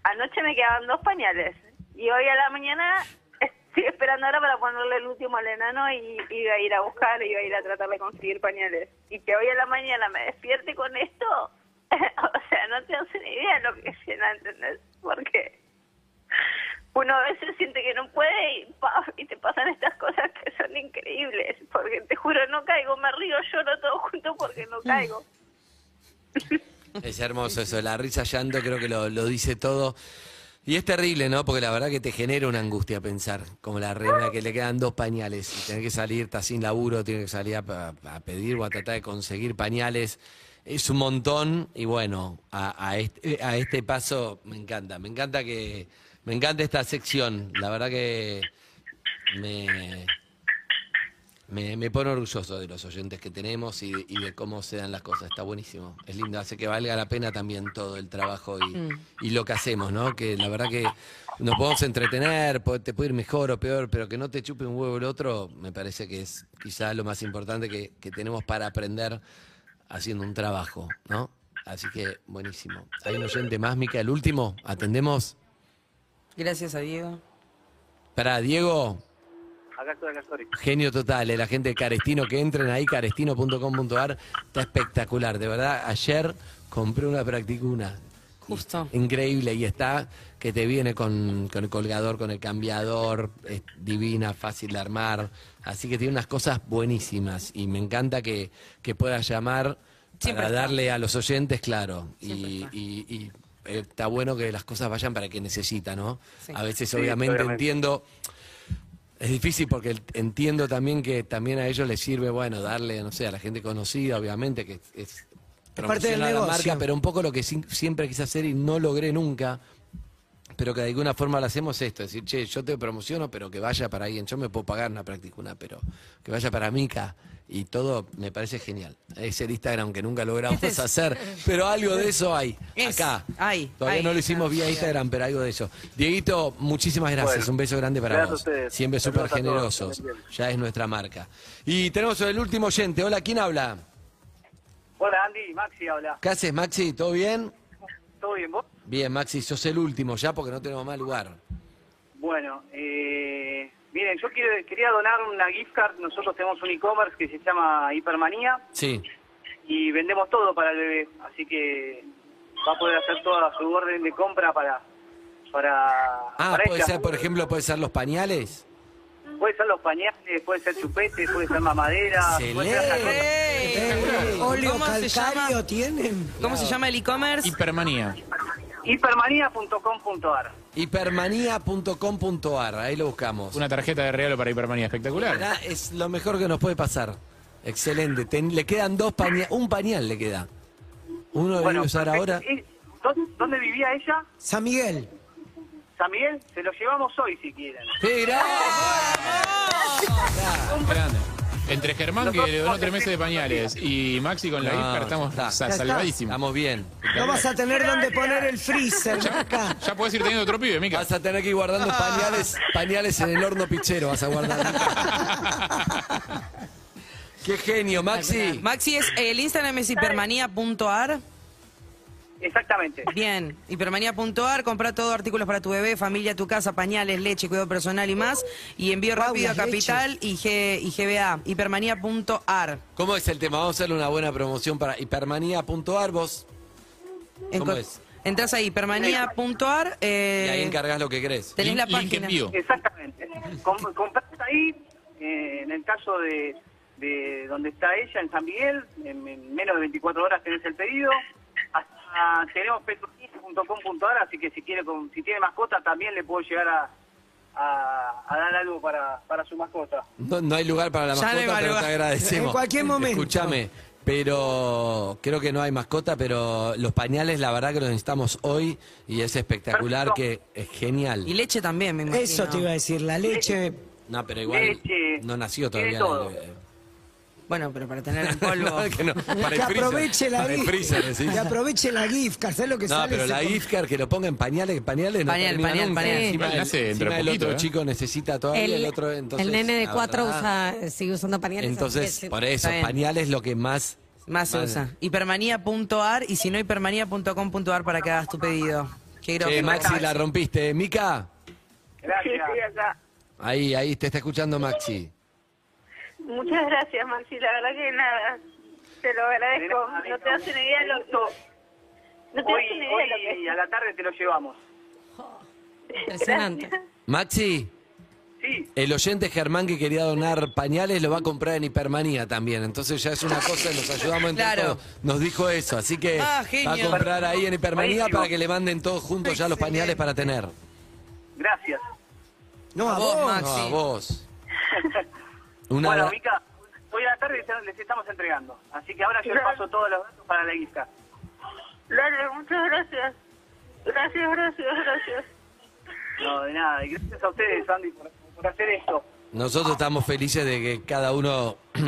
Speaker 8: Anoche me quedaban dos pañales y hoy a la mañana estoy esperando ahora para ponerle el último al enano y iba a ir a buscar, iba a ir a tratar de conseguir pañales. Y que hoy a la mañana me despierte con esto, <laughs> o sea, no te hace ni idea lo que llena, ¿entendés? Porque uno a veces siente que no puede y, pa, y te pasan estas cosas que son increíbles, porque te juro no caigo, me río, lloro todo junto porque no caigo.
Speaker 4: Es hermoso eso, la risa llanto creo que lo, lo dice todo. Y es terrible, ¿no? Porque la verdad que te genera una angustia pensar, como la reina que le quedan dos pañales y tener que salir, está sin laburo, tiene que salir a, a- a pedir o a tratar de conseguir pañales. Es un eh, montón y bueno, a, a este, a este paso me encanta, me encanta que... Me encanta esta sección. La verdad que me, me, me pone orgulloso de los oyentes que tenemos y de, y de cómo se dan las cosas. Está buenísimo. Es lindo. Hace que valga la pena también todo el trabajo y,
Speaker 15: Mm.
Speaker 4: y lo que hacemos, ¿no? Que la verdad que nos podemos entretener, po- te puede ir mejor o peor, pero que no te chupe un huevo el otro, me parece que es quizá lo más importante que, que tenemos para aprender haciendo un trabajo, ¿no? Así que buenísimo. Hay un oyente más, Mica, el último. Atendemos
Speaker 7: Gracias a Diego.
Speaker 4: para Diego,
Speaker 11: Acá estoy, acá estoy.
Speaker 4: genio total, eh, la gente de Carestino que entren ahí, carestino.com.ar, está espectacular, de verdad. Ayer compré una practicuna.
Speaker 7: Justo.
Speaker 4: Increíble, y está que te viene con, con el colgador, con el cambiador, es divina, fácil de armar. Así que tiene unas cosas buenísimas y me encanta que, que puedas llamar
Speaker 7: Siempre
Speaker 4: para
Speaker 7: está.
Speaker 4: darle a los oyentes, claro. Y, y- y, eh, está bueno que las cosas vayan para que necesita, ¿no?
Speaker 7: Sí.
Speaker 4: A veces,
Speaker 7: Sí,
Speaker 4: obviamente,
Speaker 7: obviamente.
Speaker 4: entiendo. Es difícil porque el- entiendo también que también a ellos les sirve, bueno, darle, no sé, a la gente conocida, obviamente, que es- es
Speaker 6: parte del
Speaker 4: promociona la
Speaker 6: negocio.
Speaker 4: marca, pero un poco lo que sin- siempre quise hacer y no logré nunca, pero que de alguna forma lo hacemos esto, es decir, che, yo te promociono, pero que vaya para alguien, yo me puedo pagar una practicuna, pero que vaya para Mica y todo me parece genial. Es el Instagram que nunca logramos
Speaker 7: Este es-
Speaker 4: hacer, pero algo de eso hay,
Speaker 7: <laughs> Es-
Speaker 4: acá.
Speaker 7: Ay,
Speaker 4: Todavía
Speaker 7: ay,
Speaker 4: no lo hicimos
Speaker 7: claro,
Speaker 4: vía
Speaker 7: sí.
Speaker 4: Instagram, pero algo de eso. Dieguito, muchísimas gracias.
Speaker 7: Bueno,
Speaker 4: un beso grande para
Speaker 7: gracias a
Speaker 4: vos.
Speaker 7: ustedes.
Speaker 4: Siempre
Speaker 7: Saludos
Speaker 4: súper
Speaker 7: a todos,
Speaker 4: generosos.
Speaker 7: que estén
Speaker 4: Ya es nuestra marca. Y tenemos el último oyente. Hola, ¿quién habla?
Speaker 11: Hola Andy, Maxi habla.
Speaker 4: ¿Qué haces, Maxi? ¿Todo bien?
Speaker 11: ¿Todo bien vos?
Speaker 4: Bien, Maxi, sos el último ya porque no tenemos más lugar.
Speaker 11: Bueno, eh, miren, yo quiero- quería donar una gift card. Nosotros tenemos un e-commerce que se llama Hipermanía
Speaker 4: Sí.
Speaker 11: y vendemos todo para el bebé. Así que va a poder hacer toda su orden de compra para... para
Speaker 4: Ah,
Speaker 11: para
Speaker 4: puede
Speaker 11: ella.
Speaker 4: ser, por ejemplo, puede ser los pañales.
Speaker 11: Puede ser los pañales, puede ser chupetes, puede ser mamadera. puede ser hasta cosas.
Speaker 6: Óleo
Speaker 7: ¿Cómo se
Speaker 6: calcáreo tienen.
Speaker 7: ¿Cómo se llama el e-commerce?
Speaker 3: Hipermanía.
Speaker 11: Hipermanía.com.ar
Speaker 4: Hipermanía.com.ar, ahí lo buscamos.
Speaker 3: Una tarjeta de regalo para Hipermanía, espectacular.
Speaker 4: Mirá, es lo mejor que nos puede pasar. Excelente. Ten- le quedan dos pañales. Un pañal le queda. Uno lo voy a usar ahora.
Speaker 11: ¿Y dónde- este, eh, ¿Dónde vivía ella?
Speaker 6: San Miguel.
Speaker 11: San Miguel, se lo llevamos hoy si quieren.
Speaker 4: ¡Qué Ah,
Speaker 3: Grande. Entre Germán, que le donó tres meses de pañales, y Maxi con la
Speaker 4: No,
Speaker 3: hiper, estamos
Speaker 4: ya está.
Speaker 3: sa-
Speaker 4: Ya está.
Speaker 3: salvadísimos.
Speaker 4: Estamos bien.
Speaker 6: No vas a tener
Speaker 4: <laughs>
Speaker 6: donde poner el freezer acá.
Speaker 3: <laughs>
Speaker 6: Ah.
Speaker 3: Ya puedes ir teniendo otro pibe, Mica.
Speaker 4: Vas a tener que ir guardando pañales, pañales en el horno pichero. Vas a
Speaker 6: <laughs>
Speaker 4: guardar. Qué genio, Maxi.
Speaker 7: Maxi es el Instagram es hipermanía.ar.
Speaker 11: Exactamente.
Speaker 7: Bien, hipermanía.ar, compra todo, artículos para tu bebé, familia, tu casa, pañales, leche, cuidado personal y más. Y envío rápido a Capital y, G- y GBA, hipermanía.ar.
Speaker 4: ¿Cómo es el tema? Vamos a hacerle una buena promoción para hipermanía.ar. Vos ¿Cómo es?
Speaker 7: Entras a hipermanía.ar.
Speaker 4: y
Speaker 7: eh,
Speaker 4: ahí encargás lo que querés.
Speaker 7: tenés la página.
Speaker 11: Exactamente. Com- Comprás ahí, eh, en el caso de, de donde está ella, en San Miguel, en, en menos de 24 horas tenés el pedido. Hasta tenemos petroquince.com.ar, así que si quiere con- si tiene mascota también le puedo llegar a, a- a dar algo para, para su mascota.
Speaker 4: No, no hay lugar para la
Speaker 11: Ya no
Speaker 4: mascota,
Speaker 11: hay
Speaker 4: pero te
Speaker 11: lugar.
Speaker 4: agradecemos.
Speaker 11: En cualquier momento.
Speaker 4: Escúchame, pero creo que no hay mascota, pero los pañales, la verdad que los necesitamos hoy y es espectacular, que es genial.
Speaker 7: Y leche también, me imagino.
Speaker 6: Eso te iba a decir, la leche.
Speaker 4: No, pero igual
Speaker 7: Leche.
Speaker 4: no nació todavía.
Speaker 7: Tiene todo.
Speaker 4: la-
Speaker 7: Bueno, pero para tener el
Speaker 9: <laughs>
Speaker 7: polvo.
Speaker 4: No, que no, para el
Speaker 6: que
Speaker 4: freezer,
Speaker 6: aproveche la
Speaker 4: para el
Speaker 6: gift.
Speaker 4: freezer, decís.
Speaker 6: Que aproveche la gift card. ¿Sabes lo que
Speaker 4: No,
Speaker 6: sale?
Speaker 4: pero
Speaker 6: Se
Speaker 4: la
Speaker 6: come-
Speaker 4: gift card que lo ponga en pañales, que pañales no
Speaker 6: Pañal,
Speaker 4: termina
Speaker 6: pañal,
Speaker 4: nunca.
Speaker 6: pañal.
Speaker 4: Encima,
Speaker 6: Sí.
Speaker 4: el,
Speaker 6: Nace
Speaker 3: dentro
Speaker 4: encima
Speaker 3: de
Speaker 4: el
Speaker 3: poquito,
Speaker 4: otro
Speaker 3: ¿eh?
Speaker 4: chico necesita todavía el, otro, entonces...
Speaker 9: el nene de
Speaker 4: la
Speaker 9: cuatro
Speaker 4: verdad.
Speaker 9: usa, eh, sigue usando pañales.
Speaker 4: Entonces,
Speaker 9: así que-
Speaker 4: por eso, pañales lo que más...
Speaker 7: Más se usa. Hipermanía.ar y si no, hipermanía.com.ar para que hagas tu pedido. Qué groso.
Speaker 4: Che, Maxi, la rompiste. Mica,
Speaker 11: Gracias.
Speaker 4: ahí, ahí, te está escuchando Maxi.
Speaker 13: Muchas gracias, Maxi. La verdad que nada, te lo agradezco. No te das una idea de lo que... No te
Speaker 11: Hoy,
Speaker 13: das una idea de lo que...
Speaker 11: hoy a la tarde te lo llevamos.
Speaker 9: Impresionante.
Speaker 4: Maxi. El oyente Germán que quería donar pañales lo va a comprar en Hipermanía también. Entonces ya es una cosa, nos ayudamos entre
Speaker 7: Claro.
Speaker 4: todos. Nos dijo eso, así que
Speaker 7: Ah,
Speaker 4: va a
Speaker 7: genio.
Speaker 4: comprar ahí en Hipermanía
Speaker 7: Buenísimo.
Speaker 4: para que le manden todos juntos ya los pañales para tener.
Speaker 11: Gracias.
Speaker 6: No,
Speaker 11: a vos,
Speaker 4: No,
Speaker 11: Maxi. <laughs>
Speaker 4: a vos. Una
Speaker 11: bueno,
Speaker 4: abra-
Speaker 11: Mica, hoy a la tarde se- les estamos entregando. Así que ahora yo les paso todos los datos para la guisca.
Speaker 13: Dale, muchas gracias. Gracias, gracias, gracias.
Speaker 11: No, de nada. Y gracias a ustedes, Andy, por, por hacer esto.
Speaker 4: Nosotros estamos felices de que cada uno, <clears throat>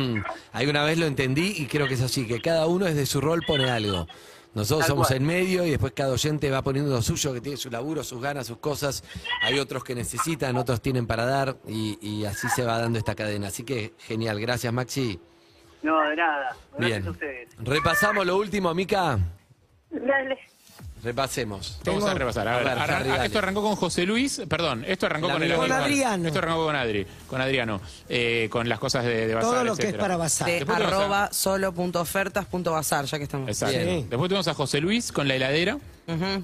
Speaker 4: alguna vez lo entendí y creo que es así, que cada uno desde su rol pone algo. Nosotros
Speaker 11: Tal
Speaker 4: somos
Speaker 11: cual.
Speaker 4: en medio y después cada oyente va poniendo lo suyo, que tiene su laburo, sus ganas, sus cosas. Hay otros que necesitan, otros tienen para dar y, y así se va dando esta cadena. Así que genial, gracias Maxi.
Speaker 11: No, de nada. Gracias
Speaker 4: Bien.
Speaker 11: a ustedes.
Speaker 4: Repasamos lo último, Mica.
Speaker 13: Dale.
Speaker 4: Repasemos.
Speaker 3: Vamos a repasar. A ver, arran-
Speaker 4: Harry,
Speaker 3: esto
Speaker 4: dale.
Speaker 3: arrancó con José Luis, perdón, esto arrancó
Speaker 4: La
Speaker 3: con, el
Speaker 4: vida. Con
Speaker 3: amigo-
Speaker 4: Adriano.
Speaker 3: Esto arrancó con Adri, con Adriano, eh, con las cosas de, de Bazar.
Speaker 6: Todo lo que es
Speaker 3: etcétera.
Speaker 6: para Bazar.
Speaker 7: De
Speaker 3: Después tenemos a-
Speaker 7: arroba solo.ofertas.bazar, ya que estamos.
Speaker 3: Exacto.
Speaker 6: Sí.
Speaker 3: Después tuvimos a José Luis con la heladera.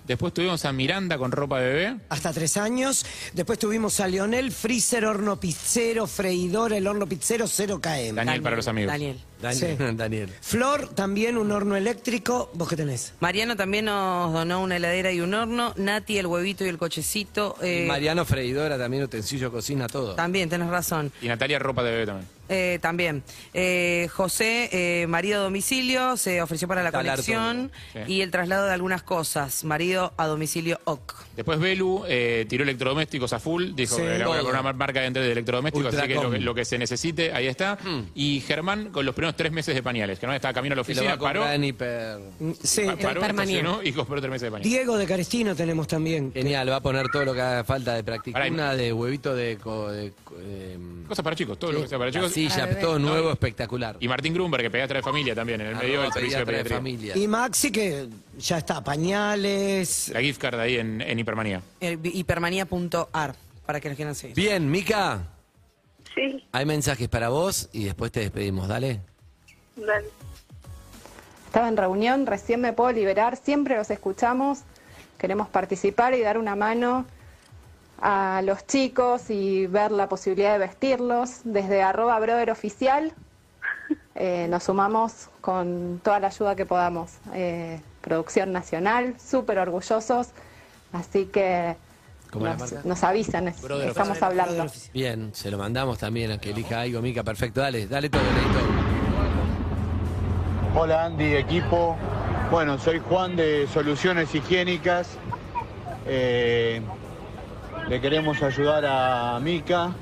Speaker 3: Después tuvimos a Miranda con ropa bebé.
Speaker 6: Hasta tres años. Después tuvimos a Lionel, freezer, horno pizzero, freidora, el horno pizzero 0 KM.
Speaker 3: Daniel para los amigos.
Speaker 7: Daniel.
Speaker 4: Daniel. <laughs> Daniel.
Speaker 6: Flor, también un horno eléctrico. ¿Vos qué tenés?
Speaker 7: Mariano también nos donó una heladera y un horno. Nati, el huevito y el cochecito. eh,
Speaker 4: Mariano Freidora también, utensilio, cocina, todo.
Speaker 7: También, tenés razón.
Speaker 3: Y Natalia ropa de bebé también.
Speaker 7: Eh, también. Eh, José, eh, marido a domicilio, se ofreció para la
Speaker 3: Instalar
Speaker 7: conexión
Speaker 3: todo. Sí.
Speaker 7: y el traslado de algunas cosas. Marido a domicilio OC.
Speaker 3: Después Belu eh, tiró electrodomésticos a full, dijo
Speaker 7: Sí.
Speaker 3: que era una,
Speaker 7: Todo.
Speaker 3: una marca de de electrodomésticos, así que
Speaker 4: Ultracom.
Speaker 3: lo, que lo que se necesite, ahí está. Y Germán con los primeros tres meses de pañales. Germán estaba camino a la
Speaker 4: Que lo va
Speaker 3: oficina,
Speaker 4: a comprar
Speaker 3: paró,
Speaker 4: en hiper.
Speaker 6: Sí.
Speaker 3: pa- paró, estacionó y compró tres meses de pañales.
Speaker 6: Diego de Carestino tenemos también.
Speaker 4: Genial, va a poner todo lo que haga falta de
Speaker 3: Pará,
Speaker 4: practicuna, de huevito de... co- de co- em. de,
Speaker 3: Cosas para chicos, todo lo que sea para chicos.
Speaker 4: Casilla,
Speaker 3: Para bebé.
Speaker 4: todo nuevo, espectacular. Ah,
Speaker 3: Y Martín Grumber, que pediatra de familia también, en el medio del
Speaker 4: Arroba
Speaker 3: servicio de
Speaker 4: pediatra de
Speaker 3: pediatría.
Speaker 4: familia.
Speaker 6: Y Maxi, que ya está, pañales.
Speaker 3: La gift card ahí en, en Hipermanía.
Speaker 7: eh, Hipermanía.ar, para que nos quieran seguir.
Speaker 4: Bien, Mica,
Speaker 13: Sí,
Speaker 4: hay mensajes para vos y después te despedimos, dale.
Speaker 13: dale.
Speaker 15: Estaba en reunión, recién me puedo liberar, siempre los escuchamos, queremos participar y dar una mano a los chicos y ver la posibilidad de vestirlos. Desde arroba brother
Speaker 4: <laughs>
Speaker 15: oficial eh, nos sumamos con toda la ayuda que podamos. Eh, producción nacional, súper orgullosos, así que
Speaker 4: ¿Cómo la
Speaker 15: nos,
Speaker 4: marca?
Speaker 15: nos avisan, es-
Speaker 4: Brother
Speaker 15: estamos
Speaker 4: Oficial.
Speaker 15: hablando.
Speaker 4: Bien, se lo mandamos también a que elija algo, Mica, perfecto, dale, dale todo, dale todo.
Speaker 16: Hola Andy, equipo. Bueno, soy Juan de Soluciones Higiénicas. Eh, le queremos ayudar a Mica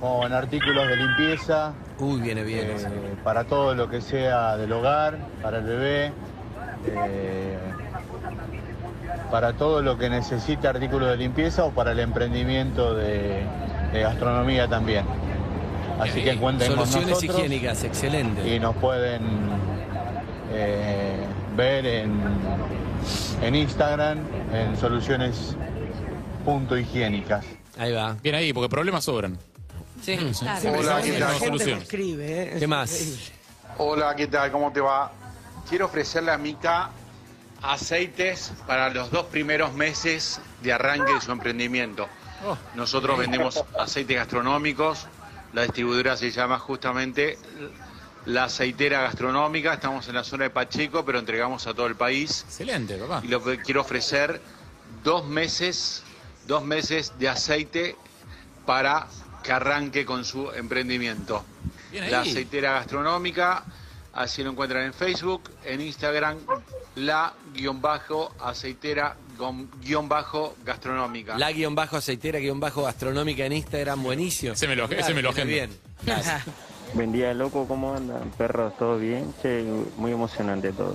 Speaker 16: con artículos de limpieza. eh,
Speaker 4: Uy, viene bien.
Speaker 16: para todo lo que sea del hogar, para el bebé. eh, para todo lo que necesita artículos de limpieza o para el emprendimiento de, de gastronomía también. Así que cuenten con
Speaker 4: eh, Soluciones
Speaker 16: nosotros
Speaker 4: higiénicas, excelente.
Speaker 16: y nos pueden eh, ver en, en Instagram en soluciones punto higiénicas.
Speaker 4: Ahí va.
Speaker 3: Bien ahí, porque problemas sobran.
Speaker 7: Mm, Sí,
Speaker 16: Hola,
Speaker 3: Siempre se
Speaker 16: ¿qué
Speaker 3: buscan
Speaker 16: tal?
Speaker 3: nuevas soluciones.
Speaker 5: eh.
Speaker 6: Escribe,
Speaker 4: ¿Qué más?
Speaker 16: Hola, ¿qué tal? ¿Cómo te va? Quiero ofrecerle a Mica aceites para los dos primeros meses de arranque de su emprendimiento.
Speaker 17: Oh.
Speaker 16: Nosotros vendemos aceites gastronómicos, la distribuidora se llama justamente La Aceitera Gastronómica, estamos en la zona de Pacheco, pero entregamos a todo el país.
Speaker 3: Excelente, papá.
Speaker 16: Y lo que quiero ofrecer dos meses, dos meses de aceite para que arranque con su emprendimiento.
Speaker 3: Bien ahí.
Speaker 16: La aceitera gastronómica, así lo encuentran en Facebook, en Instagram, la guión bajo aceitera gon- guión bajo gastronómica.
Speaker 4: La guión bajo aceitera, guión bajo gastronómica en Instagram, buenísimo. Ese
Speaker 3: me lo,
Speaker 16: ese me lo agendo.
Speaker 4: Bien. Gracias.
Speaker 17: Buen día, loco, ¿cómo andan? Perros, ¿todo bien? Che, muy emocionante todo.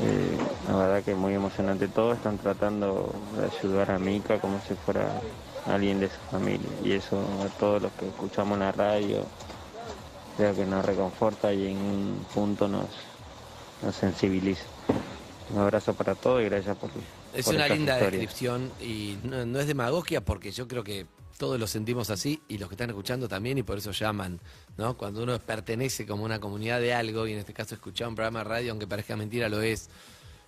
Speaker 17: Eh, la verdad que muy emocionante todo. Están tratando de ayudar a Mica como si fuera alguien de su familia. Y eso a todos los que escuchamos la radio, creo que nos reconforta y en un punto nos, nos sensibiliza. Un abrazo para todos y gracias por
Speaker 4: Es
Speaker 17: por
Speaker 4: una
Speaker 17: estas
Speaker 4: linda
Speaker 17: historias.
Speaker 4: descripción y no, no es demagogia porque yo creo que todos lo sentimos así y los que están escuchando también y por eso llaman, ¿no? Cuando uno pertenece como una comunidad de algo y en este caso escuchar un programa de radio, aunque parezca mentira, lo es.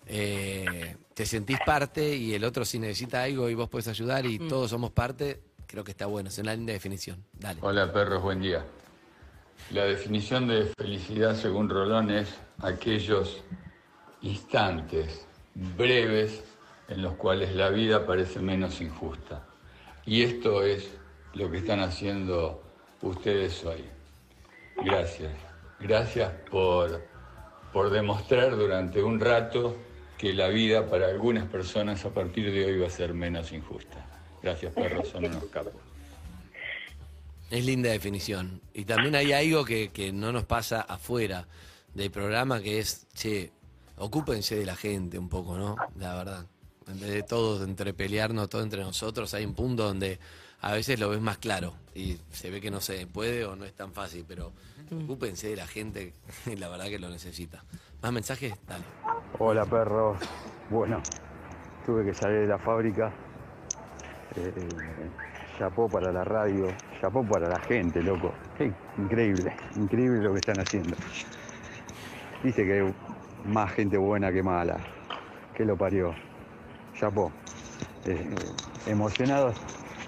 Speaker 4: eh, te sentís parte y el otro si necesita algo y vos podés ayudar y todos somos parte, creo que está bueno, es una linda definición. Dale.
Speaker 18: Hola perros, buen día. La definición de felicidad según Rolón es aquellos instantes breves en los cuales la vida parece menos injusta. Y esto es lo que están haciendo ustedes hoy. Gracias. Gracias por, por demostrar durante un rato que la vida para algunas personas a partir de hoy va a ser menos injusta. Gracias, perros, son unos capos.
Speaker 4: Es linda definición. Y también hay algo que, que no nos pasa afuera del programa que es, che, ocúpense de la gente un poco, ¿no? La verdad. En vez de todos entre pelearnos, todo entre nosotros, hay un punto donde a veces lo ves más claro y se ve que no se puede o no es tan fácil, pero
Speaker 7: Mm.
Speaker 4: ocúpense de la gente, <laughs> la verdad que lo necesita. ¿Más mensajes? Dale.
Speaker 19: Hola perros. Bueno, tuve que salir de la fábrica. Eh, chapó para la radio, chapó para la gente, loco. Sí, increíble, increíble lo que están haciendo. Dice que hay más gente buena que mala. Que lo parió. Chapó. Eh, emocionados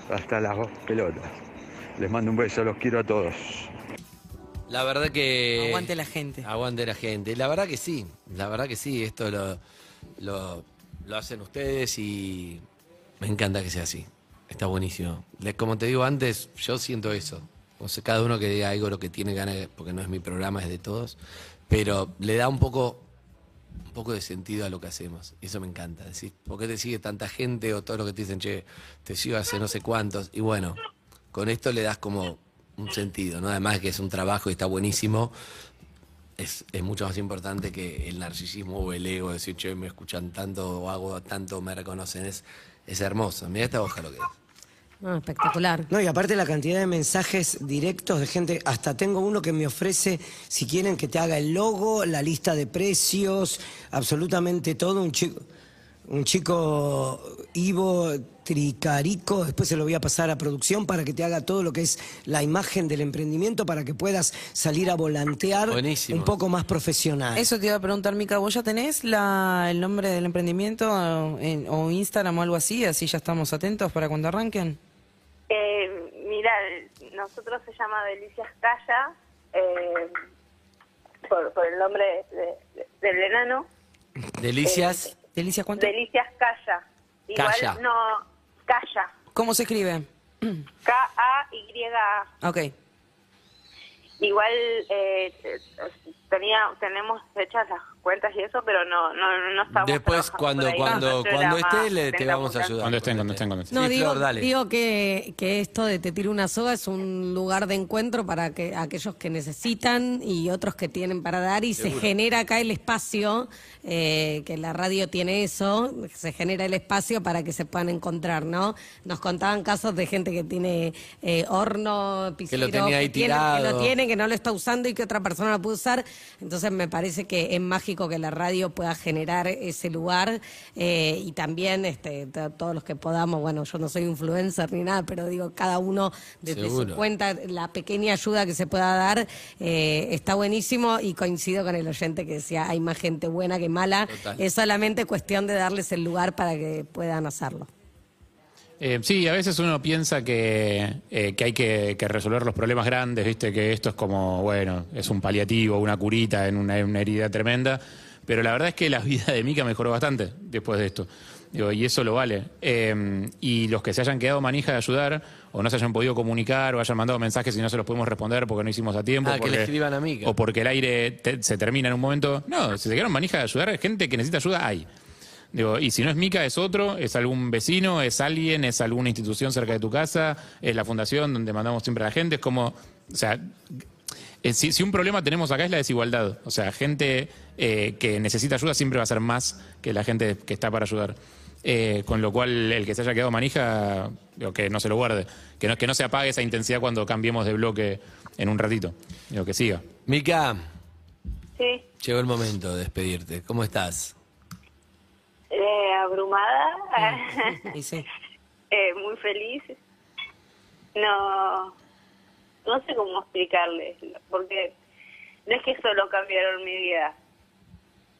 Speaker 19: hasta las pelotas. Les mando un beso, los quiero a todos.
Speaker 4: La verdad que.
Speaker 7: Aguante la gente.
Speaker 4: Aguante la gente. La verdad que sí, la verdad que sí, esto lo, lo, lo hacen ustedes y me encanta que sea así. Está buenísimo. Le- Como te digo antes, yo siento eso. O sea, cada uno que diga algo lo que tiene ganas, de- porque no es mi programa, es de todos, pero le da un poco, un poco de sentido a lo que hacemos. Y eso me encanta. Decir, ¿por qué te sigue tanta gente? O todo lo que te dicen, che, te sigo hace no sé cuántos. Y bueno, con esto le das como un sentido, ¿no? Además que es un trabajo y está buenísimo. Es, es mucho más importante que el narcisismo o el ego, decir, che, me escuchan tanto, o hago tanto, me reconocen. Es, es hermoso. Mira esta hoja lo que es.
Speaker 9: No, espectacular.
Speaker 6: No, y aparte la cantidad de mensajes directos de gente, hasta tengo uno que me ofrece, si quieren que te haga el logo, la lista de precios, absolutamente todo, un chico, un chico Ivo Tricarico, después se lo voy a pasar a producción para que te haga todo lo que es la imagen del emprendimiento, para que puedas salir a volantear
Speaker 4: Buenísimo.
Speaker 6: un poco más profesional.
Speaker 7: Eso te iba a preguntar, Mica, ¿vos ya tenés la, el nombre del emprendimiento eh, en- o Instagram o algo así? Así ya estamos atentos para cuando arranquen.
Speaker 8: Eh, mira, nosotros se llama Delicias Calla, eh, por, por el nombre de- de- del enano.
Speaker 4: Delicias.
Speaker 7: Eh, ¿Delicias cuánto?
Speaker 8: Delicias Calla. Igual
Speaker 7: Calla.
Speaker 8: no, Calla.
Speaker 7: ¿Cómo se escribe?
Speaker 8: K-A-Y-A.
Speaker 7: Ok.
Speaker 8: Igual eh, eh, tenía, tenemos hechas las cuentas y eso, pero no, no, no estamos
Speaker 4: Después, cuando, cuando, cuando esté, le, te vamos a ayudar.
Speaker 3: Cuando estén, cuando estén, cuando
Speaker 9: No,
Speaker 4: Sí,
Speaker 9: digo,
Speaker 4: Flor, dale.
Speaker 9: digo que, que esto de Te Tiro una Soga es un lugar de encuentro para que aquellos que necesitan y otros que tienen para dar y
Speaker 20: Seguro.
Speaker 9: se genera acá el espacio, eh, que la radio tiene eso, se genera el espacio para que se puedan encontrar, ¿no? Nos contaban casos de gente que tiene eh, horno, piscina,
Speaker 4: tenía ahí
Speaker 9: que lo
Speaker 4: tirado.
Speaker 9: tiene, que no lo está usando y que otra persona lo puede usar. Entonces me parece que es mágico que la radio pueda generar ese lugar eh, y también este, to- todos los que podamos, bueno, yo no soy influencer ni nada, pero digo, cada uno desde
Speaker 4: Seguro.
Speaker 9: su cuenta, la pequeña ayuda que se pueda dar eh, está buenísimo y coincido con el oyente que decía, hay más gente buena que mala,
Speaker 3: Total.
Speaker 9: es solamente cuestión de darles el lugar para que puedan hacerlo.
Speaker 3: Eh, sí, a veces uno piensa que, eh, que hay que, que resolver los problemas grandes, ¿viste? Que esto es como, bueno, es un paliativo, una curita en una, en una herida tremenda. Pero la verdad es que la vida de Mica mejoró bastante después de esto. Digo, y eso lo vale. Eh, y los que se hayan quedado manija de ayudar, o no se hayan podido comunicar, o hayan mandado mensajes y no se los pudimos responder porque no hicimos a tiempo.
Speaker 4: Ah, que le
Speaker 3: porque-
Speaker 4: escriban a Mica.
Speaker 3: O porque el aire te- se termina en un momento. No, si se quedaron manija de ayudar, hay gente que necesita ayuda, hay. Digo, y si no es Mica, es otro, es algún vecino, es alguien, es alguna institución cerca de tu casa, es la fundación donde mandamos siempre a la gente. Es como, o sea, eh, si, si un problema tenemos acá es la desigualdad. O sea, gente eh, que necesita ayuda siempre va a ser más que la gente que está para ayudar. Eh, con lo cual, el que se haya quedado manija, digo, que no se lo guarde. Que no, que no se apague esa intensidad cuando cambiemos de bloque en un ratito. Digo, que siga.
Speaker 4: Mica,
Speaker 8: Sí,
Speaker 4: llegó el momento de despedirte. ¿Cómo estás?
Speaker 8: eh, abrumada,
Speaker 7: Mm, Y sí.
Speaker 8: <laughs> eh, muy feliz. No, no sé cómo explicarles, porque no es que solo cambiaron mi vida,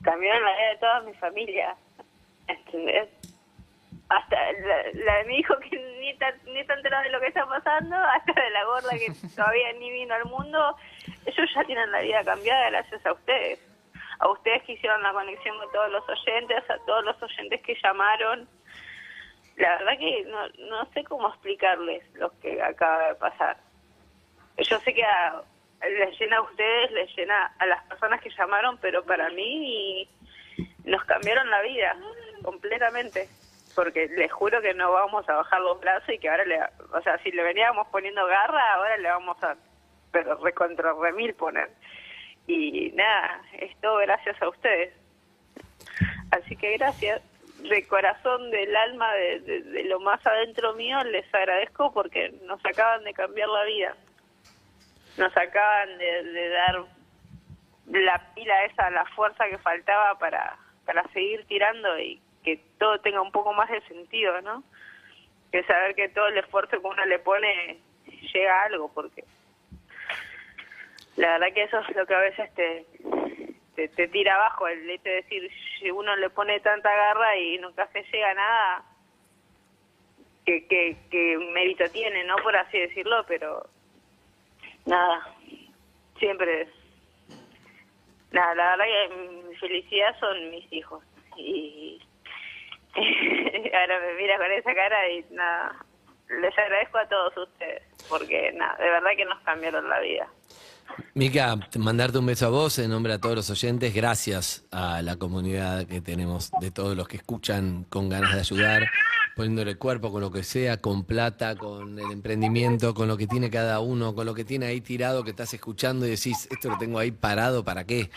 Speaker 8: cambiaron la vida de toda mi familia, ¿entendés? Hasta la, la de mi hijo que ni está, ni está enterado de lo que está pasando, <laughs> hasta de la gorda que todavía ni vino al mundo, ellos ya tienen la vida cambiada gracias a ustedes. A ustedes que hicieron la conexión con todos los oyentes, a todos los oyentes que llamaron. La verdad que no, no sé cómo explicarles lo que acaba de pasar. Yo sé que a- les llena a ustedes, les llena a las personas que llamaron, pero para mí nos cambiaron la vida completamente. porque les juro que no vamos a bajar los brazos y que ahora, le, o sea, si le veníamos poniendo garra, ahora le vamos a, pero recontra remil poner. Y nada, es todo gracias a ustedes. Así que gracias, de corazón, del alma, de, de- de lo más adentro mío, les agradezco porque nos acaban de cambiar la vida. Nos acaban de, de dar la pila esa, la fuerza que faltaba para, para seguir tirando y que todo tenga un poco más de sentido, ¿no? Que saber que todo el esfuerzo que uno le pone llega a algo, porque la verdad que eso es lo que a veces te, te, te tira abajo, el hecho de decir, "Sh, uno le pone tanta garra y nunca se llega a nada, que, que, que mérito tiene, ¿no? Por así decirlo, pero nada, siempre Nada, la verdad que mi felicidad son mis hijos. Y <laughs> ahora me miras con esa cara y nada, les agradezco a todos ustedes, porque nada, de verdad que nos cambiaron la vida.
Speaker 4: Mica, mandarte un beso a vos en nombre a todos los oyentes. Gracias a la comunidad que tenemos de todos los que escuchan con ganas de ayudar, poniéndole el cuerpo con lo que sea, con plata, con el emprendimiento, con lo que tiene cada uno, con lo que tiene ahí tirado que estás escuchando y decís, esto lo tengo ahí parado, ¿para qué?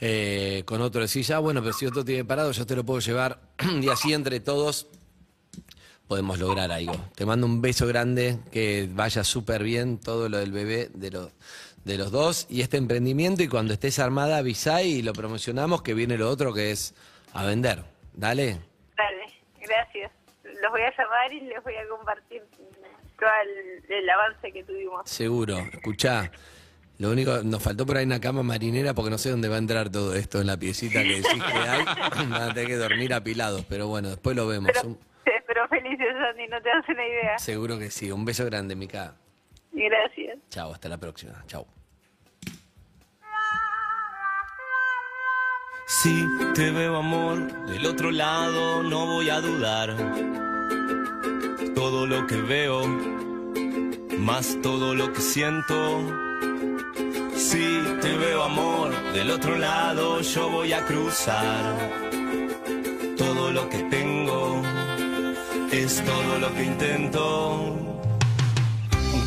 Speaker 4: Eh, con otro decís, ah, bueno, pero si otro tiene parado, yo te lo puedo llevar. <clears throat> y así entre todos podemos lograr algo. Te mando un beso grande, que vaya súper bien todo lo del bebé de los, de los dos y este emprendimiento. Y cuando estés armada, avisá y lo promocionamos, que viene lo otro que es a vender. Dale.
Speaker 8: Dale, gracias. Los voy a llamar y les voy a compartir todo el, el avance que tuvimos.
Speaker 4: Seguro, escuchá. Lo único, nos faltó por ahí una cama marinera porque no sé dónde va a entrar todo esto en la piecita que decís que hay. <laughs> Van a tener que dormir apilados, pero bueno, después lo vemos. Un-
Speaker 8: Te- Pero felices, Sandy, no te das una idea.
Speaker 4: seguro que sí. Un beso grande, Mica.
Speaker 8: Gracias.
Speaker 4: Chao, hasta la próxima. Chao.
Speaker 21: Si te veo amor del otro lado, no voy a dudar. Todo lo que veo, más todo lo que siento. Si te veo amor del otro lado, yo voy a cruzar. Todo lo que tengo es todo lo que intento. Un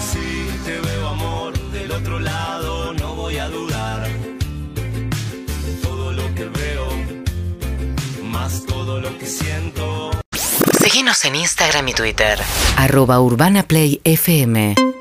Speaker 21: Si te veo amor del otro lado, no voy a dudar. Todo lo que veo, más todo lo que siento.
Speaker 22: Seguinos en Instagram y Twitter.
Speaker 2: arroba urbanaplayfm.